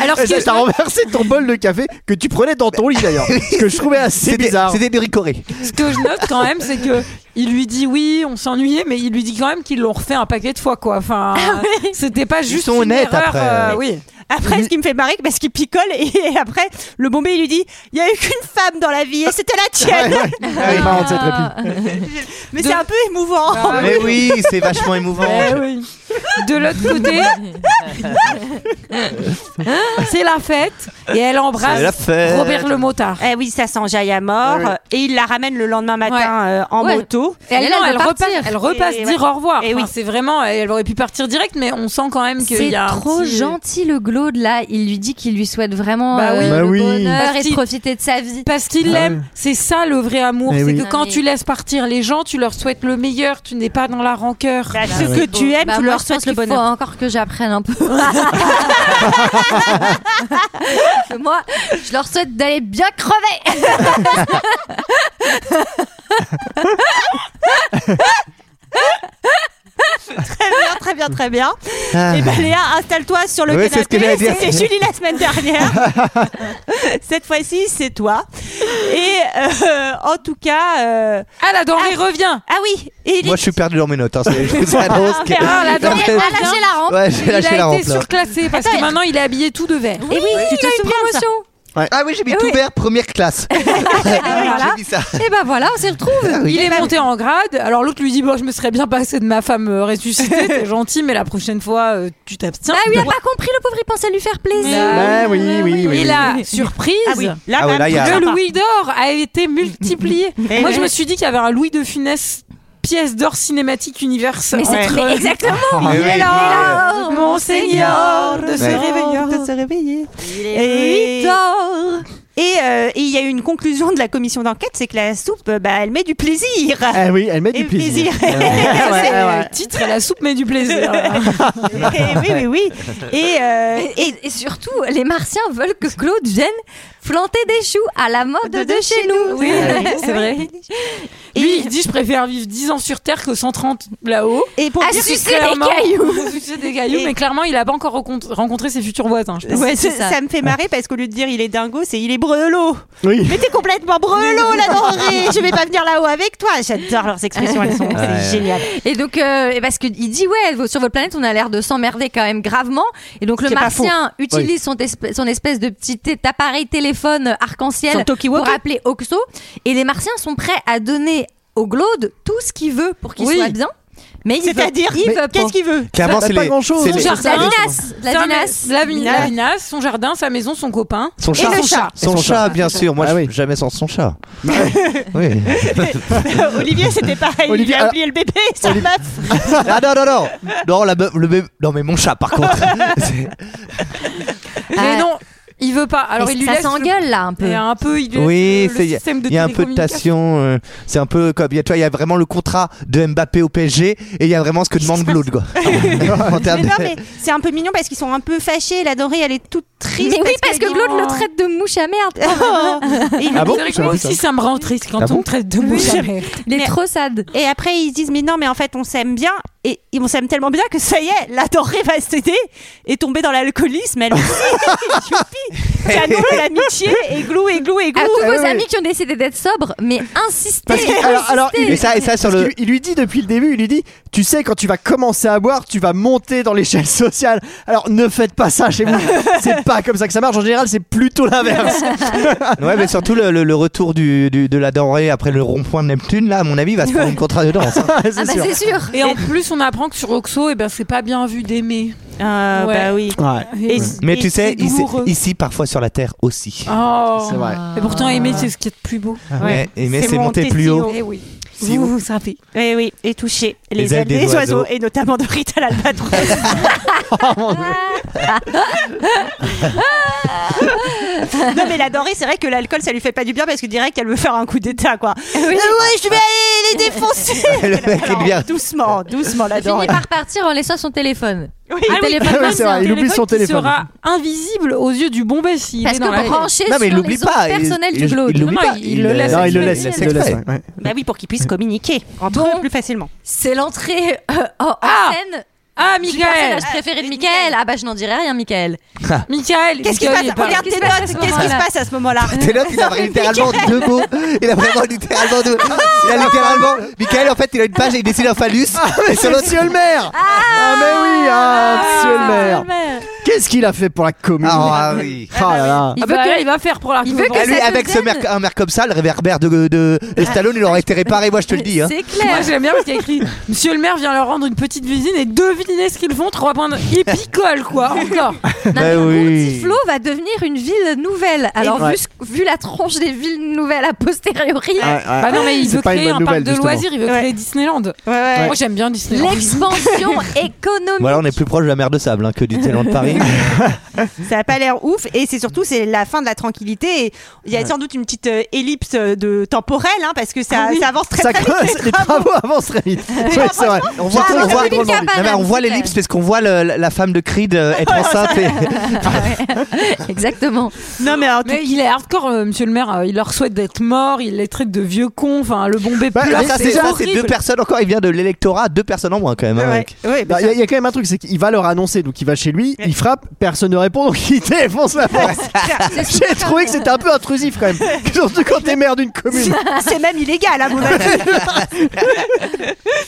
A: Alors, ce
F: Et
A: qui
F: ça
A: est-
F: t'a renversé ton bol de café que tu prenais dans ton lit d'ailleurs. Ce que je trouvais assez
H: C'était-
F: bizarre.
H: C'était du ricoré.
A: ce que je note quand même, c'est que il lui dit oui, on s'ennuyait, mais il lui dit quand même qu'ils l'ont refait un paquet de fois, quoi. Enfin, c'était pas juste
H: sont
A: une
H: honnêtes
A: erreur.
H: après.
A: euh, oui.
G: Après, ce qui me fait marrer, parce qu'il picole et après, le bombé, il lui dit Il y a eu qu'une femme dans la vie et c'était la tienne.
F: Ah, il est marrant, cette réplique.
G: Mais
A: De-
G: c'est un peu émouvant.
F: Ah
H: Mais oui, c'est vachement émouvant.
A: Eh oui. De l'autre côté, c'est la fête et elle embrasse
H: C'est la fête.
A: Robert le motard.
G: Eh oui, ça s'enjaille à mort.
F: Ah
G: Et il la ramène le lendemain matin euh, en
J: Ouais.
G: moto.
J: Et elle,
A: Mais
J: elle,
A: non,
J: veut
A: elle,
J: partir.
A: repasse, elle repasse
G: Et
A: dire
G: ouais.
A: au revoir.
G: Et
A: Enfin,
G: oui.
A: C'est vraiment, elle aurait pu partir direct, mais on sent quand même qu'il
J: C'est
A: y a un
J: trop
A: petit-
J: gentil le glaude là. Il lui dit qu'il lui souhaite vraiment
A: Bah oui.
J: euh,
F: Bah
J: le
F: oui.
J: bonheur et
A: Parce
J: de
A: qu'il- Bah,
J: profiter de sa vie.
A: Parce qu'il
F: Ah
A: l'aime, c'est ça le vrai amour.
F: Eh
A: C'est
F: oui.
A: que
J: Non,
A: quand
J: mais-
A: tu laisses partir les gens, tu leur souhaites le meilleur, tu n'es pas dans la rancœur.
G: Bah, ce que tu aimes,
J: Bah,
G: tu
J: moi,
G: leur
J: je pense
G: souhaites le
J: qu'il faut
G: bonheur.
J: encore que j'apprenne un peu. moi, je leur souhaite d'aller bien crever.
G: Très bien, très bien.
H: Ah.
G: Et ben Léa, installe-toi sur le
H: Ouais, c'est ce que
G: canapé.
H: j'allais dire.
G: C'était Julie la semaine dernière. Cette fois-ci, c'est toi. Et euh, en tout cas, euh,
A: Ah, la denrée revient.
G: ah oui, et il
H: Moi,
G: est-
H: je suis perdu dans mes notes. hein, c'est- je vous annonce que-
A: Ah, la denrée
J: Elle a lâché
A: revient.
J: la rampe.
H: Ouais, j'ai
A: Il a
H: lâché la rampe
A: été
H: là.
A: surclassé parce que maintenant il est habillé tout de vert.
J: Et oui, tu te souviens de ça.
H: Ah oui, j'ai mis tout vert, première classe. Ah
J: Voilà.
H: J'ai mis ça.
J: Et bah voilà, on s'y retrouve.
A: Il est monté en grade. Alors l'autre lui dit bon, je me serais bien passé de ma femme euh, ressuscitée. T'es gentil, mais la prochaine fois euh, tu t'abstiens.
J: Ah oui, il a pas compris le pauvre, il pensait lui faire plaisir.
F: Bah oui, oui, oui.
A: Et
F: oui.
A: la surprise.
G: Ah oui, là,
H: Ah ouais,
G: quand
H: là, il y a-
G: même,
A: Le
G: sympa.
A: Louis d'or a été multiplié.
G: Eh
A: Moi, je
G: ouais.
A: me suis dit qu'il y avait un Louis de Funès pièce d'or cinématique univers.
J: Mais c'est
A: entre-
J: mais exactement.
H: Mais
A: Il est
H: Eh oui,
A: là,
J: mais oui.
A: mon Seigneur, de se
H: Ouais.
A: réveiller.
G: de se réveiller.
J: Et-
G: Et et, euh, et il y a eu une conclusion de la commission d'enquête, c'est que la soupe, euh, bah, elle met du plaisir.
H: Eh
F: Ah oui, elle met du
G: Et
F: plaisir.
G: plaisir.
F: Ouais,
J: Ah
A: Ça,
F: ouais,
A: c'est
F: ouais, ouais.
A: le titre, la soupe met du plaisir.
G: Et oui, oui, oui. Et, euh,
J: Et, et surtout, les Martiens veulent que Claude vienne planter des choux à la mode de, chez nous.
A: Oui, c'est vrai. Lui, il dit Je préfère vivre 10 ans sur Terre que 130 là-haut.
G: Et
J: pour À dire que sucer des clairement- cailloux.
A: À sucer des cailloux, mais clairement, il a pas encore rencontré, rencontré ses futurs voisins. je pense.
G: Ouais, ça, ça me fait marrer parce qu'au lieu de dire il est dingo, c'est il est brelot.
F: Oui.
G: Mais t'es complètement brelot la denrée. Je vais pas venir là-haut avec toi. J'adore leurs expressions, elles sont c'est
J: Ouais.
G: génial.
J: Et donc, euh, et parce qu'il dit, ouais, sur votre planète, on a l'air de s'emmerder quand même gravement. Et donc, le
G: C'est pas
J: martien
G: faux.
J: utilise
G: Oui.
J: son, esp- son espèce de petit é- appareil téléphone
G: Son
J: arc-en-ciel pour appeler Oxo. Et les martiens sont prêts à donner au Glaude tout ce qu'il veut pour qu'il
G: Oui.
J: soit bien. Mais il veut-
G: C'est-à-dire,
J: il
G: mais
J: veut pas.
G: qu'est-ce qu'il veut
H: Clairement, c'est les- c'est
J: Son
H: les-
J: jardin.
H: c'est les-
J: La vinasse. La
A: Sa
J: vinasse.
A: mais- La, vi- la vinasse, son jardin, sa maison, son copain.
H: Son chat.
A: Et le chat.
H: Son, chat, bien sûr. Moi, je- jamais sans son chat. Ah oui.
G: Olivier, c'était pareil.
H: Olivier,
G: il a
H: alors-
G: oublié le bébé, sa meuf.
H: ah non, non, non. Non, la meuf- le bébé. Non, mais mon chat, par contre. C'est-
A: Mais non, il veut pas. Alors
J: Et
A: il lui
J: Ah. ça
A: laisse
J: s'engueule, là, un peu.
A: Et un peu, il lui
H: Oui,
A: laisse le-
H: c'est-
A: le système de
H: il y a un peu de tension. euh, C'est un peu comme. il y a- Tu vois, il y a vraiment le contrat de Mbappé au PSG et il y a vraiment ce que demande Claude, quoi. en termes
G: Mais non,
H: de-
G: mais c'est un peu mignon parce qu'ils sont un peu fâchés. La denrée, elle est toute triste.
J: Mais oui, parce que Claude le traite de mouche à merde.
G: Et il
A: Ah
G: lui
A: bon
G: dit-
A: C'est vrai que moi aussi, ça me rend triste quand Ah on bon me traite de mouche à merde.
J: Il est trop sad.
G: Et après, ils disent Mais non, mais en fait, on s'aime bien. Et on s'aime tellement bien que ça y est, la denrée va céder et tomber dans l'alcoolisme. Elle aussi. Youpi C'est à nouveau l'amitié. Églou, églou, églou.
J: À tous
G: Ah
J: vos
G: ouais.
J: amis qui ont décidé d'être sobres, mais insistez.
F: Parce que, alors, alors, il,
J: insistez.
F: parce qu'il- il lui dit depuis le début, il lui dit, tu sais, quand tu vas commencer à boire, tu vas monter dans l'échelle sociale. Alors ne faites pas ça chez vous. c'est pas comme ça que ça marche. En général, c'est plutôt l'inverse.
H: Ouais, mais surtout le, le- le retour du, du- de la denrée après le rond-point de Neptune, là, à mon avis, va se faire une contre-danse.
A: Ah bah,
J: c'est sûr.
A: Et en plus, on apprend que sur Oxo, eh ben, c'est pas bien vu d'aimer.
G: Ah, bah oui.
A: Et- et
H: Mais tu sais,
A: c'est
H: ici-
A: douloureux.
H: ici, parfois sur la Terre aussi.
A: Oh.
H: C'est vrai.
A: Et pourtant, aimer, c'est ce qu'il y a de plus beau.
H: Ah ouais, aimer, c'est monter plus haut.
A: Eh oui.
H: Si
A: vous
H: haut.
A: vous savez.
G: Eh oui, et toucher les,
H: Les
G: ailes
H: ailes des
G: des oiseaux.
H: oiseaux.
G: et notamment de Rita l'albatros. non mais la denrée, c'est vrai que l'alcool, ça lui fait pas du bien parce que direct, elle veut faire un coup d'état quoi.
J: Oui.
G: Euh, ouais, je vais aller les défoncer.
H: Le mec, il
G: Alors,
H: devient-
G: Doucement, doucement la
J: Il finit
G: denrée.
J: par partir en laissant son téléphone.
A: Ah
J: Le
A: oui,
J: téléphone
A: ah oui,
J: comme
A: c'est
J: ça.
A: vrai, il oublie son téléphone. qui sera invisible aux yeux du bon Bessie.
J: Parce que branché
H: Non, mais il
J: sur
H: l'oublie
J: les ondes
H: pas, il-
J: personnelles
H: il-
J: du Claude.
H: il l'oublie
J: Non,
H: pas,
J: il-
H: il le laisse
F: Non, il
H: exprès,
F: le laisse.
H: il
F: Il le
H: laisse
F: laisse.
H: exprès.
F: ouais.
G: Bah oui, pour qu'ils puissent communiquer entre eux plus facilement.
J: C'est l'entrée euh, en, en scène.
A: Ah,
J: du
A: Michael.
J: personnage préféré de Michael. Ah bah je n'en dirai rien, Michael.
A: Michael,
G: Qu'est-ce qui se
A: Michael,
G: passe
A: il parle.
G: Regarde tes
J: Qu'est-ce qui se passe à
G: notes.
J: ce
G: Qu'est-ce qui se
J: moment-là
G: passe à ce moment-là
H: Ah, T'es là, il a littéralement deux mots. Il a vraiment littéralement
F: Ah,
H: deux. Il a littéralement. Michael, en fait, il a une page et il dessine un phallus.
F: Ah, mais c'est monsieur le maire Ah, mais oui, ah, monsieur le maire Qu'est-ce qu'il a fait pour la commune
H: Ah, ah oui.
F: Ah là là.
J: bah
A: Il veut que- il va faire pour la
J: Il veut que
H: Ah, lui,
J: ça te
H: avec ce
J: donne-
H: merc- un maire comme ça, le réverbère de, de,
F: Ah.
H: de Stallone, il aurait été réparé, moi je te le dis. Hein.
J: C'est
A: Moi
J: clair.
A: j'aime bien parce qu'il y a écrit Monsieur le maire vient leur rendre une petite visite et devinez ce qu'ils font, trois points de... Ils picolent quoi, encore
H: Bah oui.
J: Flo va devenir une ville nouvelle. Alors
A: Ouais.
J: vu, ce- vu la tronche des villes nouvelles a posteriori,
H: Ah,
A: Bah non mais il
F: Ah, C'est
A: veut
F: pas une
A: créer
F: bonne
A: un parc
F: nouvelle,
A: de
F: justement.
A: loisirs, il veut créer Disneyland.
G: ouais.
A: Moi j'aime bien Disneyland.
J: l'expansion économique.
H: Voilà, on est plus proche de la mer de sable hein, que du talent de Paris.
G: Ça a pas l'air ouf et c'est surtout c'est la fin de la tranquillité. Et il y a sans doute une petite euh, ellipse euh, de temporelle hein, parce que ça,
F: Ah oui.
G: ça avance très
F: Ça
G: très
F: commence-
G: vite. les
F: les
G: travaux.
F: travaux avancent très vite. Oui, c'est vrai.
H: On voit,
F: J'ai
H: on
F: trouvé
H: voit,
F: une
H: Non, mais
J: cabane,
H: on voit
J: c'est
H: l'ellipse
J: clair.
H: parce qu'on voit le- la femme de Creed euh, être enceinte. et-
J: Exactement.
G: Non mais, en tout-
A: Mais il est hardcore, euh, monsieur le maire. euh, il leur souhaite d'être morts, il les traite de vieux cons. Enfin, le bon bébé.
H: Bah, là, ça, c'est ça, c'est deux
A: horrible.
H: personnes encore. Il vient de l'électorat, deux personnes en moins quand même. hein, mec.
G: Ouais, bah,
F: Bah, Il y, a- il y a quand même un truc, c'est qu'il va leur annoncer, donc il va chez lui, il frappe, personne ne répond, donc il défonce la porte. J'ai trouvé que c'était un peu intrusif quand même, surtout quand t'es maire d'une commune.
G: c'est même illégal hein, à mon avis.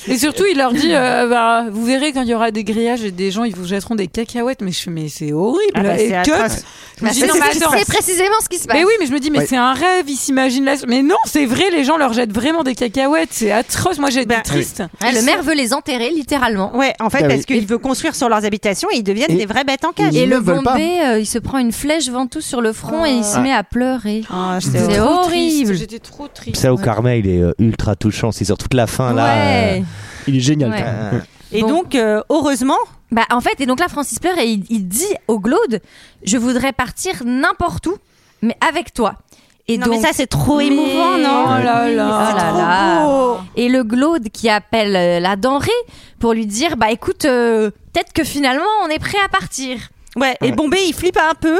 A: Et surtout, il leur dit euh, bah, Vous verrez quand il y aura des grillages et des gens, ils vous jetteront des cacahuètes. Mais, je, suis- mais c'est Bah, horrible.
G: Ah bah,
A: et
G: c'est
A: cut.
G: atroce.
A: Je me dis,
J: C'est
A: non, mais attends.
J: c'est précisément ce qui se passe.
A: Mais oui, mais je me dis, mais
F: Ouais.
A: c'est un rêve, ils s'imaginent la. Mais non, c'est vrai, les gens leur jettent vraiment des cacahuètes, c'est atroce. Moi, j'ai été triste.
J: Ah, le maire veut les enterrer littéralement.
G: Ouais, en fait
F: Bah oui.
G: parce qu'il veut construire sur leurs habitations et ils deviennent
F: Et-
G: des vraies bêtes en cage.
F: Ils
J: Et
F: ne
J: le
F: veulent pas.
J: bombé, il se prend une flèche ventouse sur le front et il se
F: Ouais.
J: met à pleurer.
G: Ah, je sais
J: C'est
G: pas.
J: horrible.
A: J'étais trop triste.
H: Ça, au Carmel, il est euh, ultra touchant. C'est sur toute la fin là.
J: Ouais.
F: Il est génial.
J: Ouais.
F: quand même.
G: Et
J: Bon.
G: donc euh, heureusement,
J: Bah en fait, et donc là, Francis pleure et il, il dit au Glaude, je voudrais partir n'importe où, mais avec toi. Et
G: non
J: donc,
G: mais ça c'est trop
J: Mais-
G: émouvant non
A: Oh là
J: Oui,
A: là.
J: c'est
A: Oh là
J: trop
G: là.
J: beau. Et le Glaude qui appelle euh, la denrée pour lui dire, bah écoute, euh, peut-être que finalement, on est prêt à partir.
G: Ouais, et Bombay il flippe un peu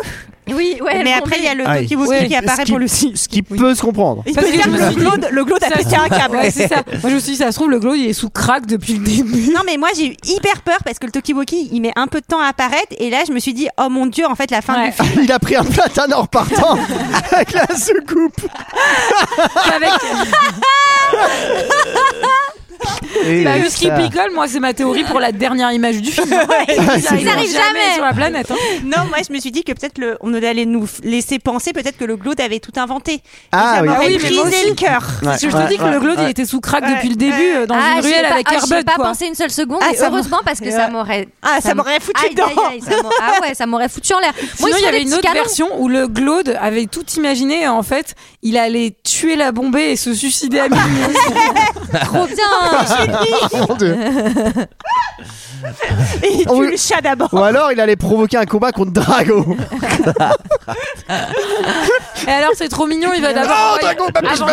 J: Oui, ouais,
G: Mais après, il y a le
F: Ah
G: dos
F: oui.
G: qui vous
F: Oui.
G: qui apparaît
F: Ce qui-
G: pour Lucie.
F: Ce qui peut se comprendre.
G: Il peut dire que le Claude, le Claude a
A: Ça
G: pété
A: se
G: un
A: trouve-
G: câble.
A: ouais, c'est ça. Moi, je me suis dit, ça se trouve, le Claude, il est sous crack depuis le début.
G: Non, mais moi, j'ai eu hyper peur parce que le Tokiwoki, il met un peu de temps à apparaître. Et là, je me suis dit, oh mon dieu, en fait, la fin du film.
F: Il a pris un platane en repartant avec la soucoupe.
H: Et
A: Bah,
H: ça.
A: Husky Picole, moi, c'est ma théorie pour la dernière image du film.
G: Ouais.
A: Ils arrivent jamais sur la planète. hein.
G: Non, moi je me suis dit que peut-être le- on allait nous f- laisser penser peut-être que le Claude avait tout inventé. Et
F: Ah,
G: ça
F: oui.
G: m'aurait
F: Ah oui, mais moi
G: brisé
F: aussi.
G: le cœur.
F: Ouais,
A: Je te dis que
F: ouais,
A: le Claude,
F: ouais.
A: il était sous crack
G: Ouais.
A: depuis le début euh, dans
J: Ah,
A: une
J: j'y ai
A: ruelle
J: pas-
A: avec
J: ah, j'y ai
A: Airbud.
J: pas
A: quoi.
J: pensé une seule seconde
G: Ah,
J: et
G: ça
J: heureusement parce que ça m'aurait
G: Ah, ça
J: m-
G: m'aurait foutu
J: Aïe,
G: dedans.
J: aïe, aïe, ça m'aurait- ah ouais ça m'aurait foutu en l'air Moi, ils
A: Sinon, il y
J: font des
A: avait une
J: petits
A: autre
J: canons.
A: version où le Claude avait tout imaginé. En fait, il allait tuer la bombée et se suicider à minuit.
J: trop bien hein.
F: Mon Dieu.
G: Et il tue
F: Oui.
G: le chat d'abord.
F: Ou alors il allait provoquer un combat contre Drago.
A: Et alors, c'est trop mignon. Il va d'abord. envoyer- avant,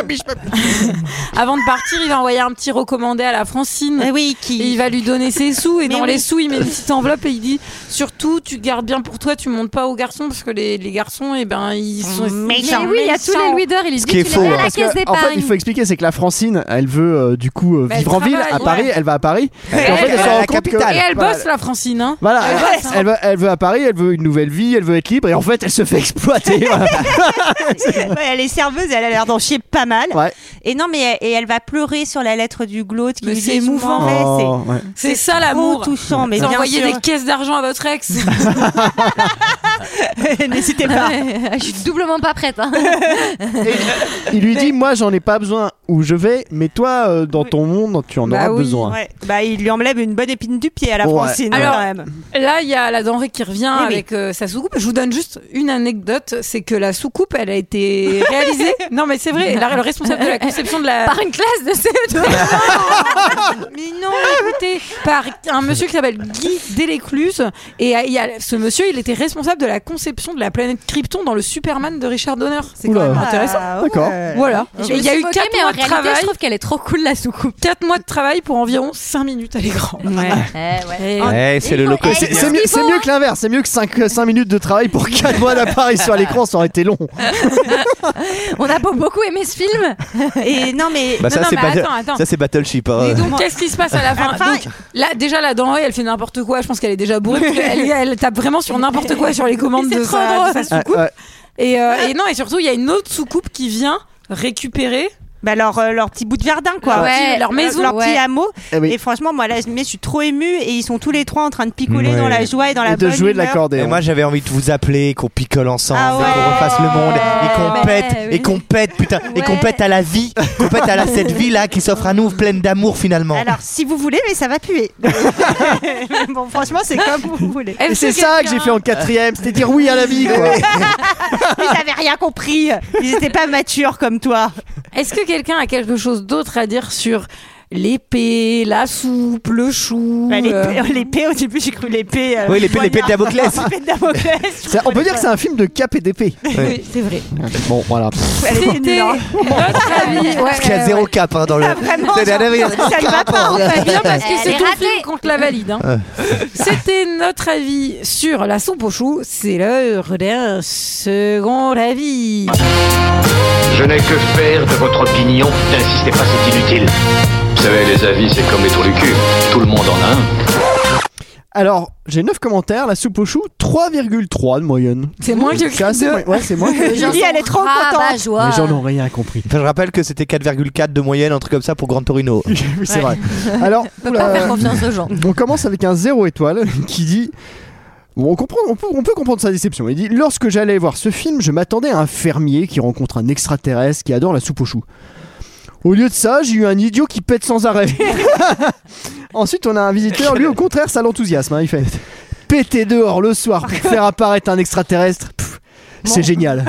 A: avant de partir, il va envoyer un petit recommandé à la Francine.
G: Eh oui,
A: Et
G: qui.
A: il va lui donner ses sous et
G: Mais
A: dans
G: oui.
A: les sous il met une petite enveloppe et il dit surtout tu gardes bien pour toi tu montes pas aux garçons parce que les, les garçons et ben ils sont
J: mais oui il y a tous les louis d'or il lui dit
H: qui est
J: qu'il est
H: faux,
J: à la
F: hein. Parce que,
J: caisse
F: en fait, il
J: d'épargne
F: faut expliquer, c'est que la Francine, elle veut euh, du coup euh,
A: Bah, elle
F: vivre en ville
A: travaille,
F: à Paris.
A: ouais.
F: Elle va à Paris.
A: Elle-
F: Et en fait, elle,
A: elle-
F: se
H: à
F: rend
H: la
F: compte que-
H: capitale.
A: et elle
F: Voilà.
A: bosse la Francine hein
F: Voilà, elle,
A: Elle
F: elle veut, elle veut à Paris, elle veut une nouvelle vie, elle veut être libre, et en fait, elle se fait exploiter. Voilà.
G: Ouais, elle est serveuse, elle a l'air d'en chier pas mal.
F: Ouais.
G: Et non, mais elle- et elle va pleurer sur la lettre du Claude qui
A: Mais
G: lui dit
A: c'est
G: émouvant.
F: Oh, ouais.
A: c'est ça
G: C'est trop
A: l'amour
G: touchant, mais
A: vous
G: bien
A: envoyez
G: sûr.
A: des caisses d'argent à votre ex
G: N'hésitez pas.
J: Ouais, Ah, je suis doublement pas prête hein.
F: Il lui dit, moi, j'en ai pas besoin où je vais, mais toi, euh, dans ton monde, tu en
A: Bah
F: auras
A: oui,
F: besoin.
G: Ouais. Bah, il lui enlève une bonne épine du pied à la
F: Ouais.
G: Francine.
A: Alors-
G: quand même.
A: Là, il y a la denrée qui revient
G: Eh oui.
A: avec euh, sa soucoupe. Je vous donne juste une anecdote, c'est que la soucoupe, elle a été réalisée. non, mais c'est vrai. la- le responsable de la conception de la
J: par une classe de CE2
A: Mais non, écoutez, par un monsieur qui s'appelle Guy Délécluse. Et euh, il y a, ce monsieur, il était responsable de la conception de la planète Krypton dans le Superman de Richard Donner. C'est quand
F: Oula.
A: même intéressant.
G: Ah,
F: D'accord.
G: ouais.
A: Voilà. Et il y a eu 4
J: mais en
A: mois de
J: réalité je
A: travail.
J: trouve qu'elle est trop cool la soucoupe
A: 4 mois de travail pour environ 5 minutes à l'écran.
J: ouais ouais
H: Eh, c'est le
J: faut-
H: loco.
J: eh,
F: C'est
J: c'est
F: c'est
J: ce
F: mieux,
J: qu'il
F: c'est
J: faut,
F: mieux
J: hein.
F: que l'inverse, c'est mieux que 5, minutes de travail pour 4 mois d'apparition à l'écran, ça aurait été long.
J: on a beau- beaucoup aimé ce film
G: Et non, mais.
H: Bah, ça,
A: non,
H: c'est
A: mais
H: Battle-
A: attends, attends.
H: ça, c'est Battleship. hein.
A: Et donc, qu'est-ce qui se passe à la fin
G: Enfin,
A: Donc, là, déjà, la denrée, elle fait n'importe quoi. Je pense qu'elle est déjà bourrée. parce qu'elle- elle, elle tape vraiment sur n'importe quoi sur les commandes de sa, de sa soucoupe.
F: Ouais, ouais.
A: Et, euh, et non, et surtout, il y a une autre soucoupe qui vient récupérer
G: bah, leur, euh, leur petit bout de jardin, quoi.
A: leur,
J: Ouais.
A: petit- leur maison.
G: leur petit
J: ouais.
G: hameau.
F: Eh oui.
G: Et franchement, moi là, je, mais je suis trop émue et ils sont tous les trois en train de picoler
H: Ouais.
G: dans la joie et dans
F: Et
G: la
F: de
G: bonne
F: jouer de
G: humeur.
H: Et
F: l'accordéon.
H: moi j'avais envie de vous appeler, qu'on picole ensemble,
G: Ah ouais. Ah
H: et hein. qu'on refasse le monde, et qu'on
J: Ouais,
H: pète,
J: oui.
H: et qu'on pète, putain, et qu'on
J: Ouais.
H: pète à la vie, qu'on pète à la, cette vie là qui s'offre à nous pleine d'amour finalement.
G: Alors, si vous voulez, mais ça va puer. bon, franchement, c'est comme vous voulez.
F: Et c'est ça que j'ai fait en quatrième, c'était dire oui à la vie. Quoi.
G: Ils n'avaient rien compris. Ils n'étaient pas matures comme toi.
A: Est-ce que quelqu'un a quelque chose d'autre à dire sur l'épée, la soupe, le chou
G: Bah,
A: euh,
G: l'épée, l'épée, au début, j'ai cru l'épée. euh,
H: oui, l'épée, l'épée de
G: poignard.
H: Damoclès.
G: L'épée de Damoclès.
F: C'est- On peut dire que c'est un film de cap et d'épée.
A: oui, c'est vrai.
F: Bon, voilà.
G: Elle était nulle,
A: C'était
G: hein.
A: notre avis. Ouais,
H: Parce qu'il y a
A: ouais,
H: zéro
A: ouais.
H: cap hein, dans le.
G: Vraiment,
H: C'est la dernière-
G: ça ne va pas. en fait.
A: C'est Ah, bien parce que
J: Elle
A: c'est
J: est
A: ton
J: ratée.
A: film qu'on te la valide. hein. C'était notre avis sur la soupe au chou. C'est l'heure d'un second avis.
M: Je n'ai que faire de votre opinion. N'insistez pas, c'est inutile. Vous savez, les avis, c'est comme les trous du cul. Tout le monde en a un.
F: Alors, j'ai 9 commentaires, la soupe au chou, 3,3 de moyenne.
A: C'est moins que
F: C'est assez
A: deux.
F: moyen. Ouais, c'est moins que-
G: Julie, elle est trop
J: Ah,
G: contente.
J: bah, joie.
F: Les gens n'ont rien compris.
H: Enfin, je rappelle que c'était 4,4 de moyenne, un truc comme ça pour Grand Torino.
F: Oui, c'est vrai. Alors,
J: On peut pas
F: oula,
J: faire confiance aux gens
F: on commence avec un 0 étoile qui dit. On, comprend, on, peut, on peut comprendre sa déception. Il dit Lorsque j'allais voir ce film, je m'attendais à un fermier qui rencontre un extraterrestre qui adore la soupe au chou. Au lieu de ça, j'ai eu un idiot qui pète sans arrêt. Ensuite, on a un visiteur, lui au contraire, ça l'enthousiasme. hein, il fait péter dehors le soir pour faire apparaître un extraterrestre. Pff, C'est génial.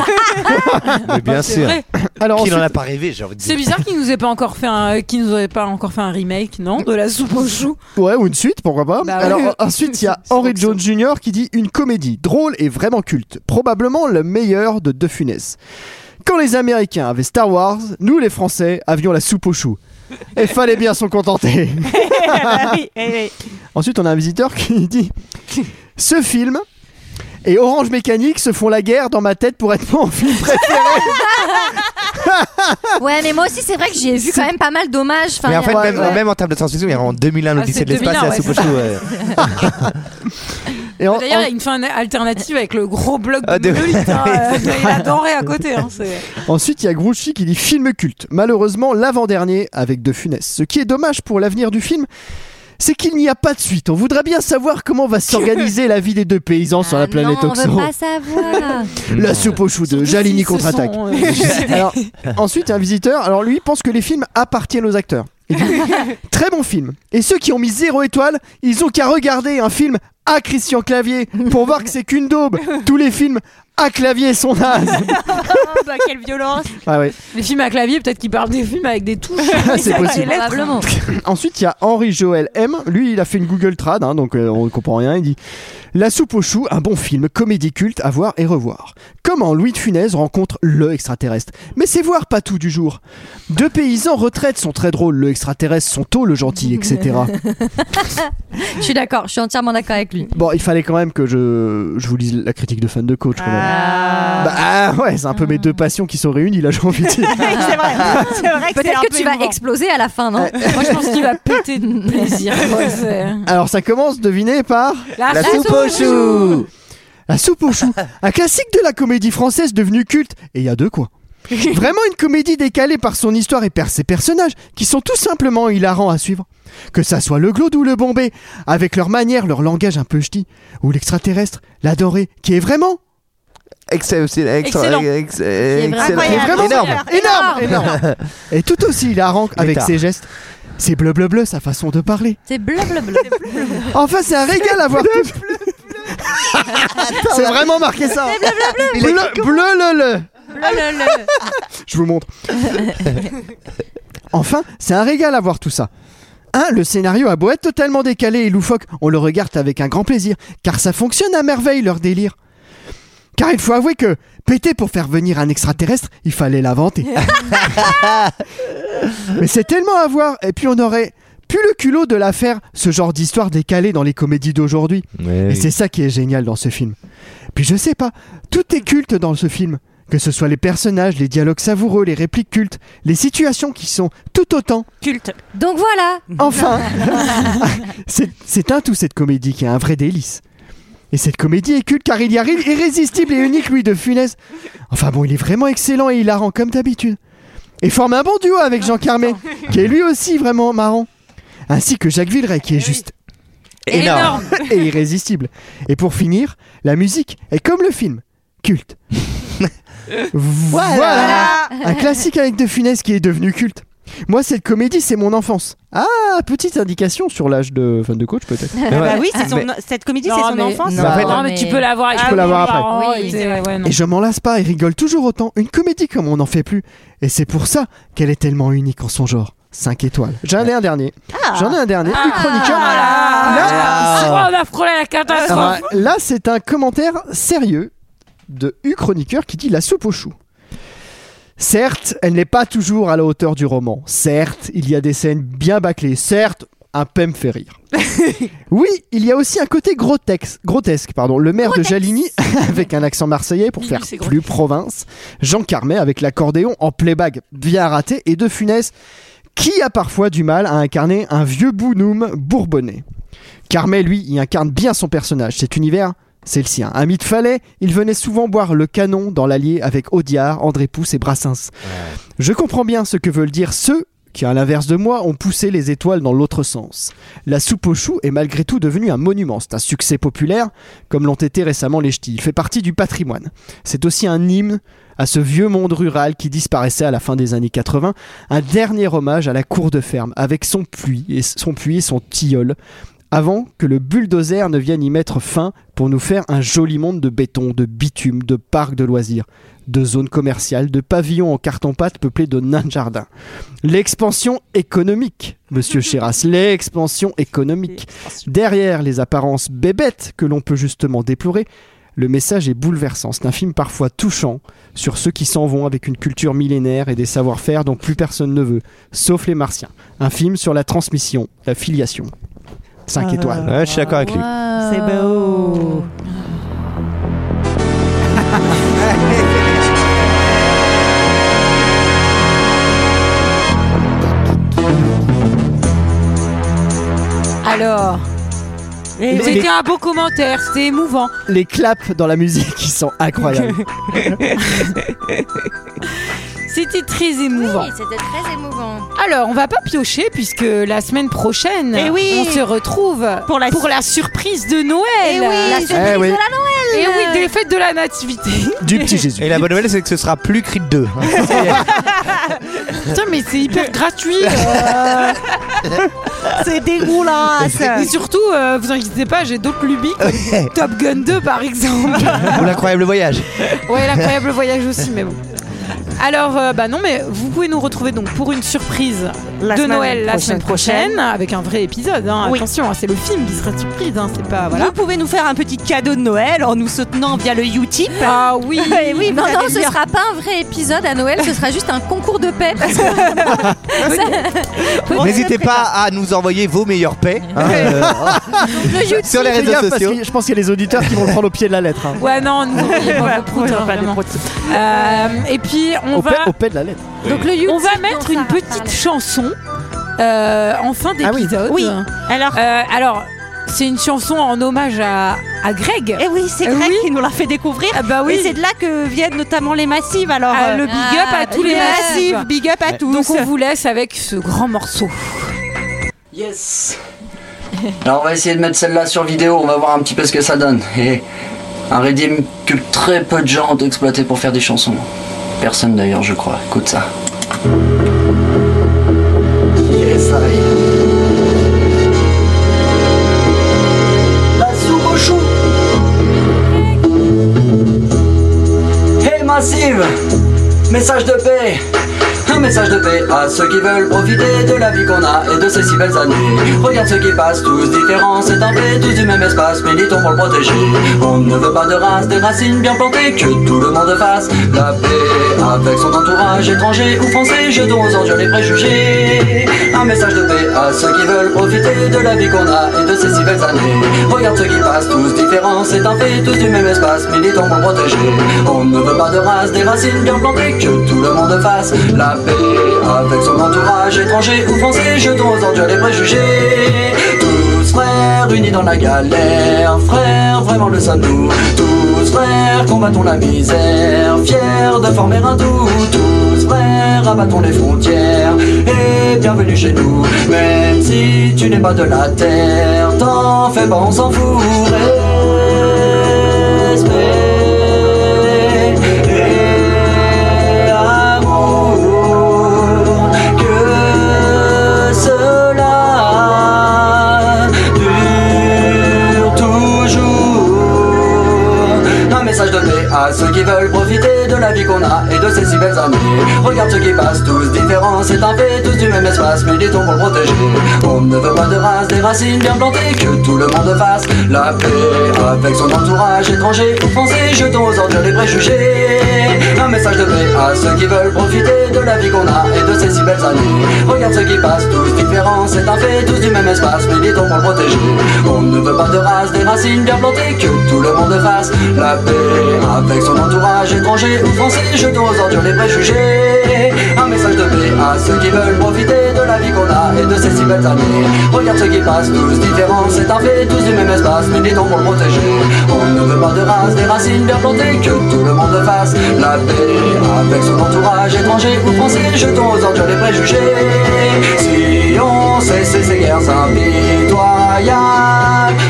H: Mais bien
A: C'est
H: sûr.
A: vrai.
F: Alors,
H: Qui n'en
F: ensuite-
H: a pas rêvé, j'ai envie de
A: C'est
H: dire.
A: bizarre qu'il nous ait pas encore fait un, qu'il nous aurait pas encore fait un remake, non, de la soupe au chou.
F: Ouais, ou une suite, pourquoi pas.
A: Bah
F: Alors,
A: oui.
F: en- ensuite, il y a Henry Jones Jr. qui dit une comédie drôle et vraiment culte. Probablement le meilleur de De Funès. Quand les Américains avaient Star Wars, nous les Français avions la soupe aux choux. Et fallait bien s'en contenter.
G: Ah bah oui, oui, oui.
F: Ensuite, on a un visiteur qui dit Ce film et Orange Mécanique se font la guerre dans ma tête pour être mon film préféré.
J: ouais, mais moi aussi, c'est vrai que j'ai vu quand même pas mal d'hommages. Enfin,
H: mais en
J: il y
H: fait,
J: a-
H: même,
J: ouais.
H: même en table de science-fiction, il y a vraiment 2001, l'Odyssée
A: c'est
H: de l'espace et
A: 2001,
H: la
A: Ah, ouais,
H: soupe au
A: c'est
H: chou.
A: ça.
H: ouais.
F: Et en-
A: D'ailleurs,
F: en-
A: il y a une fin alternative avec le gros bloc de
F: Oh, Ah, de-
A: Monolith. hein, euh, et la denrée à côté. hein, c'est-
F: Ensuite, il y a Grouchy qui dit film culte. Malheureusement, l'avant-dernier avec De Funès. Ce qui est dommage pour l'avenir du film, c'est qu'il n'y a pas de suite. On voudrait bien savoir comment va s'organiser la vie des deux paysans sur la planète
J: Ah, non, on
F: Oxo.
J: veut pas savoir.
F: La soupe aux choux de Jalini contre-attaque.
J: sont, euh,
F: Alors, ensuite, un visiteur, alors lui, il pense que les films appartiennent aux acteurs. Il dit, Très bon film. Et ceux qui ont mis zéro étoile, ils ont qu'à regarder un film à Christian Clavier pour voir que c'est qu'une daube. Tous les films à Clavier sont nazes.
A: bah, quelle violence
F: Ah ouais.
A: Les films à clavier, peut-être qu'ils parlent des films avec des touches.
F: Ah, c'est
A: Des
F: possible.
A: lettres.
F: Ensuite, il y a Henri Joël M. Lui, il a fait une Google Trad, hein, donc euh, on ne comprend rien. Il dit La soupe aux choux, un bon film, comédie culte à voir et revoir. Comment Louis de Funès rencontre le extraterrestre Mais c'est voir pas tout du jour. Deux paysans retraites sont très drôles, le extraterrestre, son taux, le gentil, etc.
J: je suis d'accord, je suis entièrement d'accord avec lui.
F: bon, il fallait quand même que je, je vous lise la critique de fan de coach. quand même. Bah, ah ouais, c'est un peu mes deux passions qui sont réunies, là, j'ai envie de dire.
G: c'est vrai,
A: Ah.
G: c'est vrai que c'est
J: Peut-être
G: un
J: que
G: peu
J: tu vas
G: émouvant.
J: exploser à la fin, non
H: Eh,
A: Moi, je pense qu'il va péter de plaisir. quoi, c'est-
F: Alors ça commence, devinez, par
A: La La soupe soupe aux aux choux.
F: choux. La soupe aux choux, un classique de la comédie française devenue culte. Et il y a deux quoi. Vraiment une comédie décalée par son histoire et par ses personnages, qui sont tout simplement hilarants à suivre. Que ça soit le glaude ou le bombé, avec leur manière, leur langage un peu ch'ti, ou l'extraterrestre, la dorée, qui est vraiment
H: Excellent.
F: Excellent.
H: Ex-
F: Incroyable.
H: Excellent.
F: Vraiment
H: Énorme.
F: énorme, énorme, énorme. Et tout aussi hilarant avec
H: Métard.
F: ses gestes. C'est bleu bleu bleu sa façon de parler.
J: C'est blablabla.
F: Enfin, c'est un régal à voir tout. C'est vraiment marqué ça.
J: Bleu, bleu, bleu.
F: Bleu, bleu, le, le. Je vous montre. Enfin, c'est un régal à voir tout ça. 1. Le scénario a beau être totalement décalé et loufoque, on le regarde avec un grand plaisir, car ça fonctionne à merveille leur délire. Car il faut avouer que, péter pour faire venir un extraterrestre, il fallait l'inventer. Mais c'est tellement à voir, et puis on aurait plus le culot de la faire, ce genre d'histoire décalée dans les comédies d'aujourd'hui.
H: Ouais,
F: et
H: oui.
F: c'est ça qui est génial dans ce film. Puis je sais pas, tout est culte dans ce film. Que ce soit les personnages, les dialogues savoureux, les répliques cultes, les situations qui sont tout autant
A: cultes.
J: Donc voilà.
F: Enfin. C'est c'est un tout cette comédie qui est un vrai délice. Et cette comédie est culte car il y arrive irrésistible et unique Louis de Funès. Enfin bon, il est vraiment excellent et hilarant comme d'habitude. Et forme un bon duo avec Jean Carmet, qui est lui aussi vraiment marrant. Ainsi que Jacques Villeray, qui est juste
H: Énorme.
F: et irrésistible. Et pour finir, la musique est comme le film, culte.
A: Ah.
F: voilà. Un classique avec De Funès qui est devenu culte. Moi, cette comédie, c'est mon enfance. Ah, petite indication sur l'âge de fan de coach, peut-être.
G: Ah bah oui, c'est son- cette comédie, c'est
A: Non,
G: son
A: mais-
G: enfance.
A: Non, non, mais Ah tu peux l'avoir avec
F: Je peux
A: tes
F: l'avoir
A: parents,
F: après.
A: et c'est- ouais, non.
F: Et je m'en lasse pas et rigole toujours autant. Une comédie comme on n'en fait plus. Et c'est pour ça qu'elle est tellement unique en son genre. 5 étoiles. J'en ai un dernier. J'en ai un dernier. Le chroniqueur.
A: Ah,
F: Là,
A: on a frôlé la catastrophe.
F: Alors, là, c'est un commentaire sérieux de U Chroniqueur qui dit la soupe aux choux. Certes, elle n'est pas toujours à la hauteur du roman. Certes, il y a des scènes bien bâclées. Certes, un pem fait rire. oui, il y a aussi un côté grotesque, grotesque pardon. Le maire de Jalini avec un accent marseillais pour faire plus province. Jean Carmet avec l'accordéon en playback bien raté et de Funès qui a parfois du mal à incarner un vieux bounoum bourbonnais. Carmet, lui, y incarne bien son personnage. Cet univers, c'est le sien. Ami de Falais, il venait souvent boire le canon dans l'Allier avec Audiard, André Pousse et Brassens. Je comprends bien ce que veulent dire ceux qui, à l'inverse de moi, ont poussé les étoiles dans l'autre sens. La soupe aux choux est malgré tout devenue un monument. C'est un succès populaire, comme l'ont été récemment les ch'tis. Il fait partie du patrimoine. C'est aussi un hymne à ce vieux monde rural qui disparaissait à la fin des années 80, un dernier hommage à la cour de ferme, avec son puits et son, puits et son tilleul, avant que le bulldozer ne vienne y mettre fin pour nous faire un joli monde de béton, de bitume, de parcs de loisirs, de zones commerciales, de pavillons en carton-pâte peuplés de nains de jardin. L'expansion économique, monsieur Chéras, l'expansion économique. Derrière les apparences bébêtes que l'on peut justement déplorer, le message est bouleversant. C'est un film parfois touchant sur ceux qui s'en vont avec une culture millénaire et des savoir-faire dont plus personne ne veut, sauf les martiens. Un film sur la transmission, la filiation. 5 étoiles.
A: Ah.
J: euh,
H: Ouais, je suis d'accord avec lui.
J: Waouh.
G: C'est beau.
A: Ah, Alors.
F: Les-
A: C'était
F: les-
A: un beau commentaire, c'était émouvant.
F: Les claps dans la musique, ils sont incroyables.
A: C'était très émouvant.
J: Oui, c'était très émouvant.
A: Alors, on va pas piocher puisque la semaine prochaine,
J: Eh oui.
A: on se retrouve pour la, surprise de Noël.
J: Eh oui, La surprise
H: Eh oui. de la
A: Noël. Et oui, des fêtes de la Nativité.
H: Du petit Jésus. Et la bonne nouvelle, c'est que ce sera plus cri de deux.
A: Putain, mais c'est hyper gratuit. euh. c'est dégueulasse.
G: Ah,
A: Et surtout, euh, vous inquiétez pas, j'ai d'autres lubies comme Top Gun 2 par exemple.
H: Ou l'incroyable voyage.
A: Ouais, l'incroyable voyage aussi, mais bon. Alors, euh, bah non, mais vous pouvez nous retrouver donc pour une surprise
G: La
A: de
G: semaine
A: Noël la
G: prochaine.
A: semaine prochaine, avec un vrai épisode. hein. Attention, hein, c'est le film qui sera une surprise, hein, c'est pas voilà.
G: Vous pouvez nous faire un petit cadeau de Noël en nous soutenant via le Utip.
A: Ah oui.
G: Eh oui, vous
J: non, non,
G: allez
J: ce
G: bien.
J: sera pas un vrai épisode à Noël, ce sera juste un concours de paix. parce que- Ça-
H: N'hésitez pas à nous envoyer vos meilleurs paix. hein, euh, sur les
F: Fais
H: réseaux
F: gaffe, parce
H: sociaux.
F: que je pense qu'il y a les auditeurs qui vont le prendre au pied de la lettre. hein.
A: Ouais, non, nous, on est pas des proutes, hein, vraiment. Euh, et puis, on
F: Au,
A: va.
F: paix au pied de la lettre.
A: Donc le YouTube, on va mettre une petite chanson euh, en fin d'épisode.
G: oui. Alors,
A: Euh, alors c'est une chanson en hommage à, à Greg.
G: Eh oui, c'est Greg qui nous l'a fait découvrir.
A: bah oui.
G: Et c'est de là que viennent notamment les massives. Alors,
A: Ah,
G: euh,
A: le big up à tous les massifs.
G: Big up à tous.
A: Donc on vous laisse avec ce grand morceau.
N: Yes Alors on va essayer de mettre celle-là sur vidéo, on va voir un petit peu ce que ça donne. Et un redeem que très peu de gens ont exploité pour faire des chansons. Personne d'ailleurs je crois, écoute ça. Yes, aïe.
O: La soupe au chou.
N: Hey Massive Message de paix Un message de paix à ceux qui veulent profiter de la vie qu'on a et de ces si belles années. Regarde ceux qui passent, tous différents, c'est un fait, tous du même espace, militons pour le protéger. On ne veut pas de race, des racines bien plantées, que tout le monde fasse la paix avec son entourage étranger ou français, jetons aux ordures les préjugés. Un message de paix à ceux qui veulent profiter de la vie qu'on a et de ces si belles années. Regarde ceux qui passent, tous différents, c'est un fait, tous du même espace, militons pour le protéger. On ne veut pas de race, des racines bien plantées, que tout le monde fasse la paix avec son entourage étranger ou français, jetons aux ordures les préjugés. Tous frères unis dans la galère, frères vraiment le sommes-nous. Tous frères combattons la misère, fiers de former un tout. Tous frères abattons les frontières et bienvenue chez nous. Même si tu n'es pas de la terre, t'en fais pas, on s'en fout. Respect et amour, que cela dure toujours. Un message donné à ceux qui veulent profiter de la vie qu'on a et de ces si belles années. Regarde ceux qui passent, tous différents, c'est un fait, tous du même espace, militons pour le protéger. On ne veut pas de race, des racines bien plantées, que tout le monde fasse la paix avec son entourage étranger ou français, jetons aux ordures les préjugés. Un message de paix à ceux qui veulent profiter de la vie qu'on a et de ces si belles années. Regarde ceux qui passent, tous différents, c'est un fait, tous du même espace, militons pour le protéger. On ne veut pas de race, des racines bien plantées, que tout le monde fasse la paix avec son entourage étranger ou français, jetons aux ordures les préjugés. Un message de paix à ceux qui veulent profiter de la vie qu'on a et de ces si belles années. Regarde ceux qui passent, tous différents, c'est un fait, tous du même espace, militons pour le protéger. On ne veut pas de race, des racines bien plantées, que tout le monde fasse la paix avec son entourage étranger ou français, jetons aux ordures les préjugés. Si on cessait ces guerres impitoyables,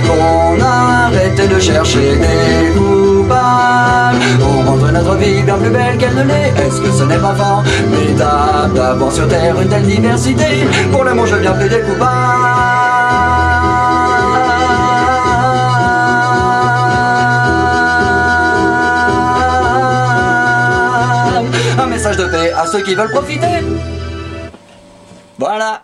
N: qu'on arrêtait de chercher des coupables, on rendrait notre vie bien plus belle qu'elle ne l'est. Est-ce que ce n'est pas fort Mais d'avoir sur terre une telle diversité, pour l'amour je viens plaider coupable. Un message de paix à ceux qui veulent profiter. Voilà.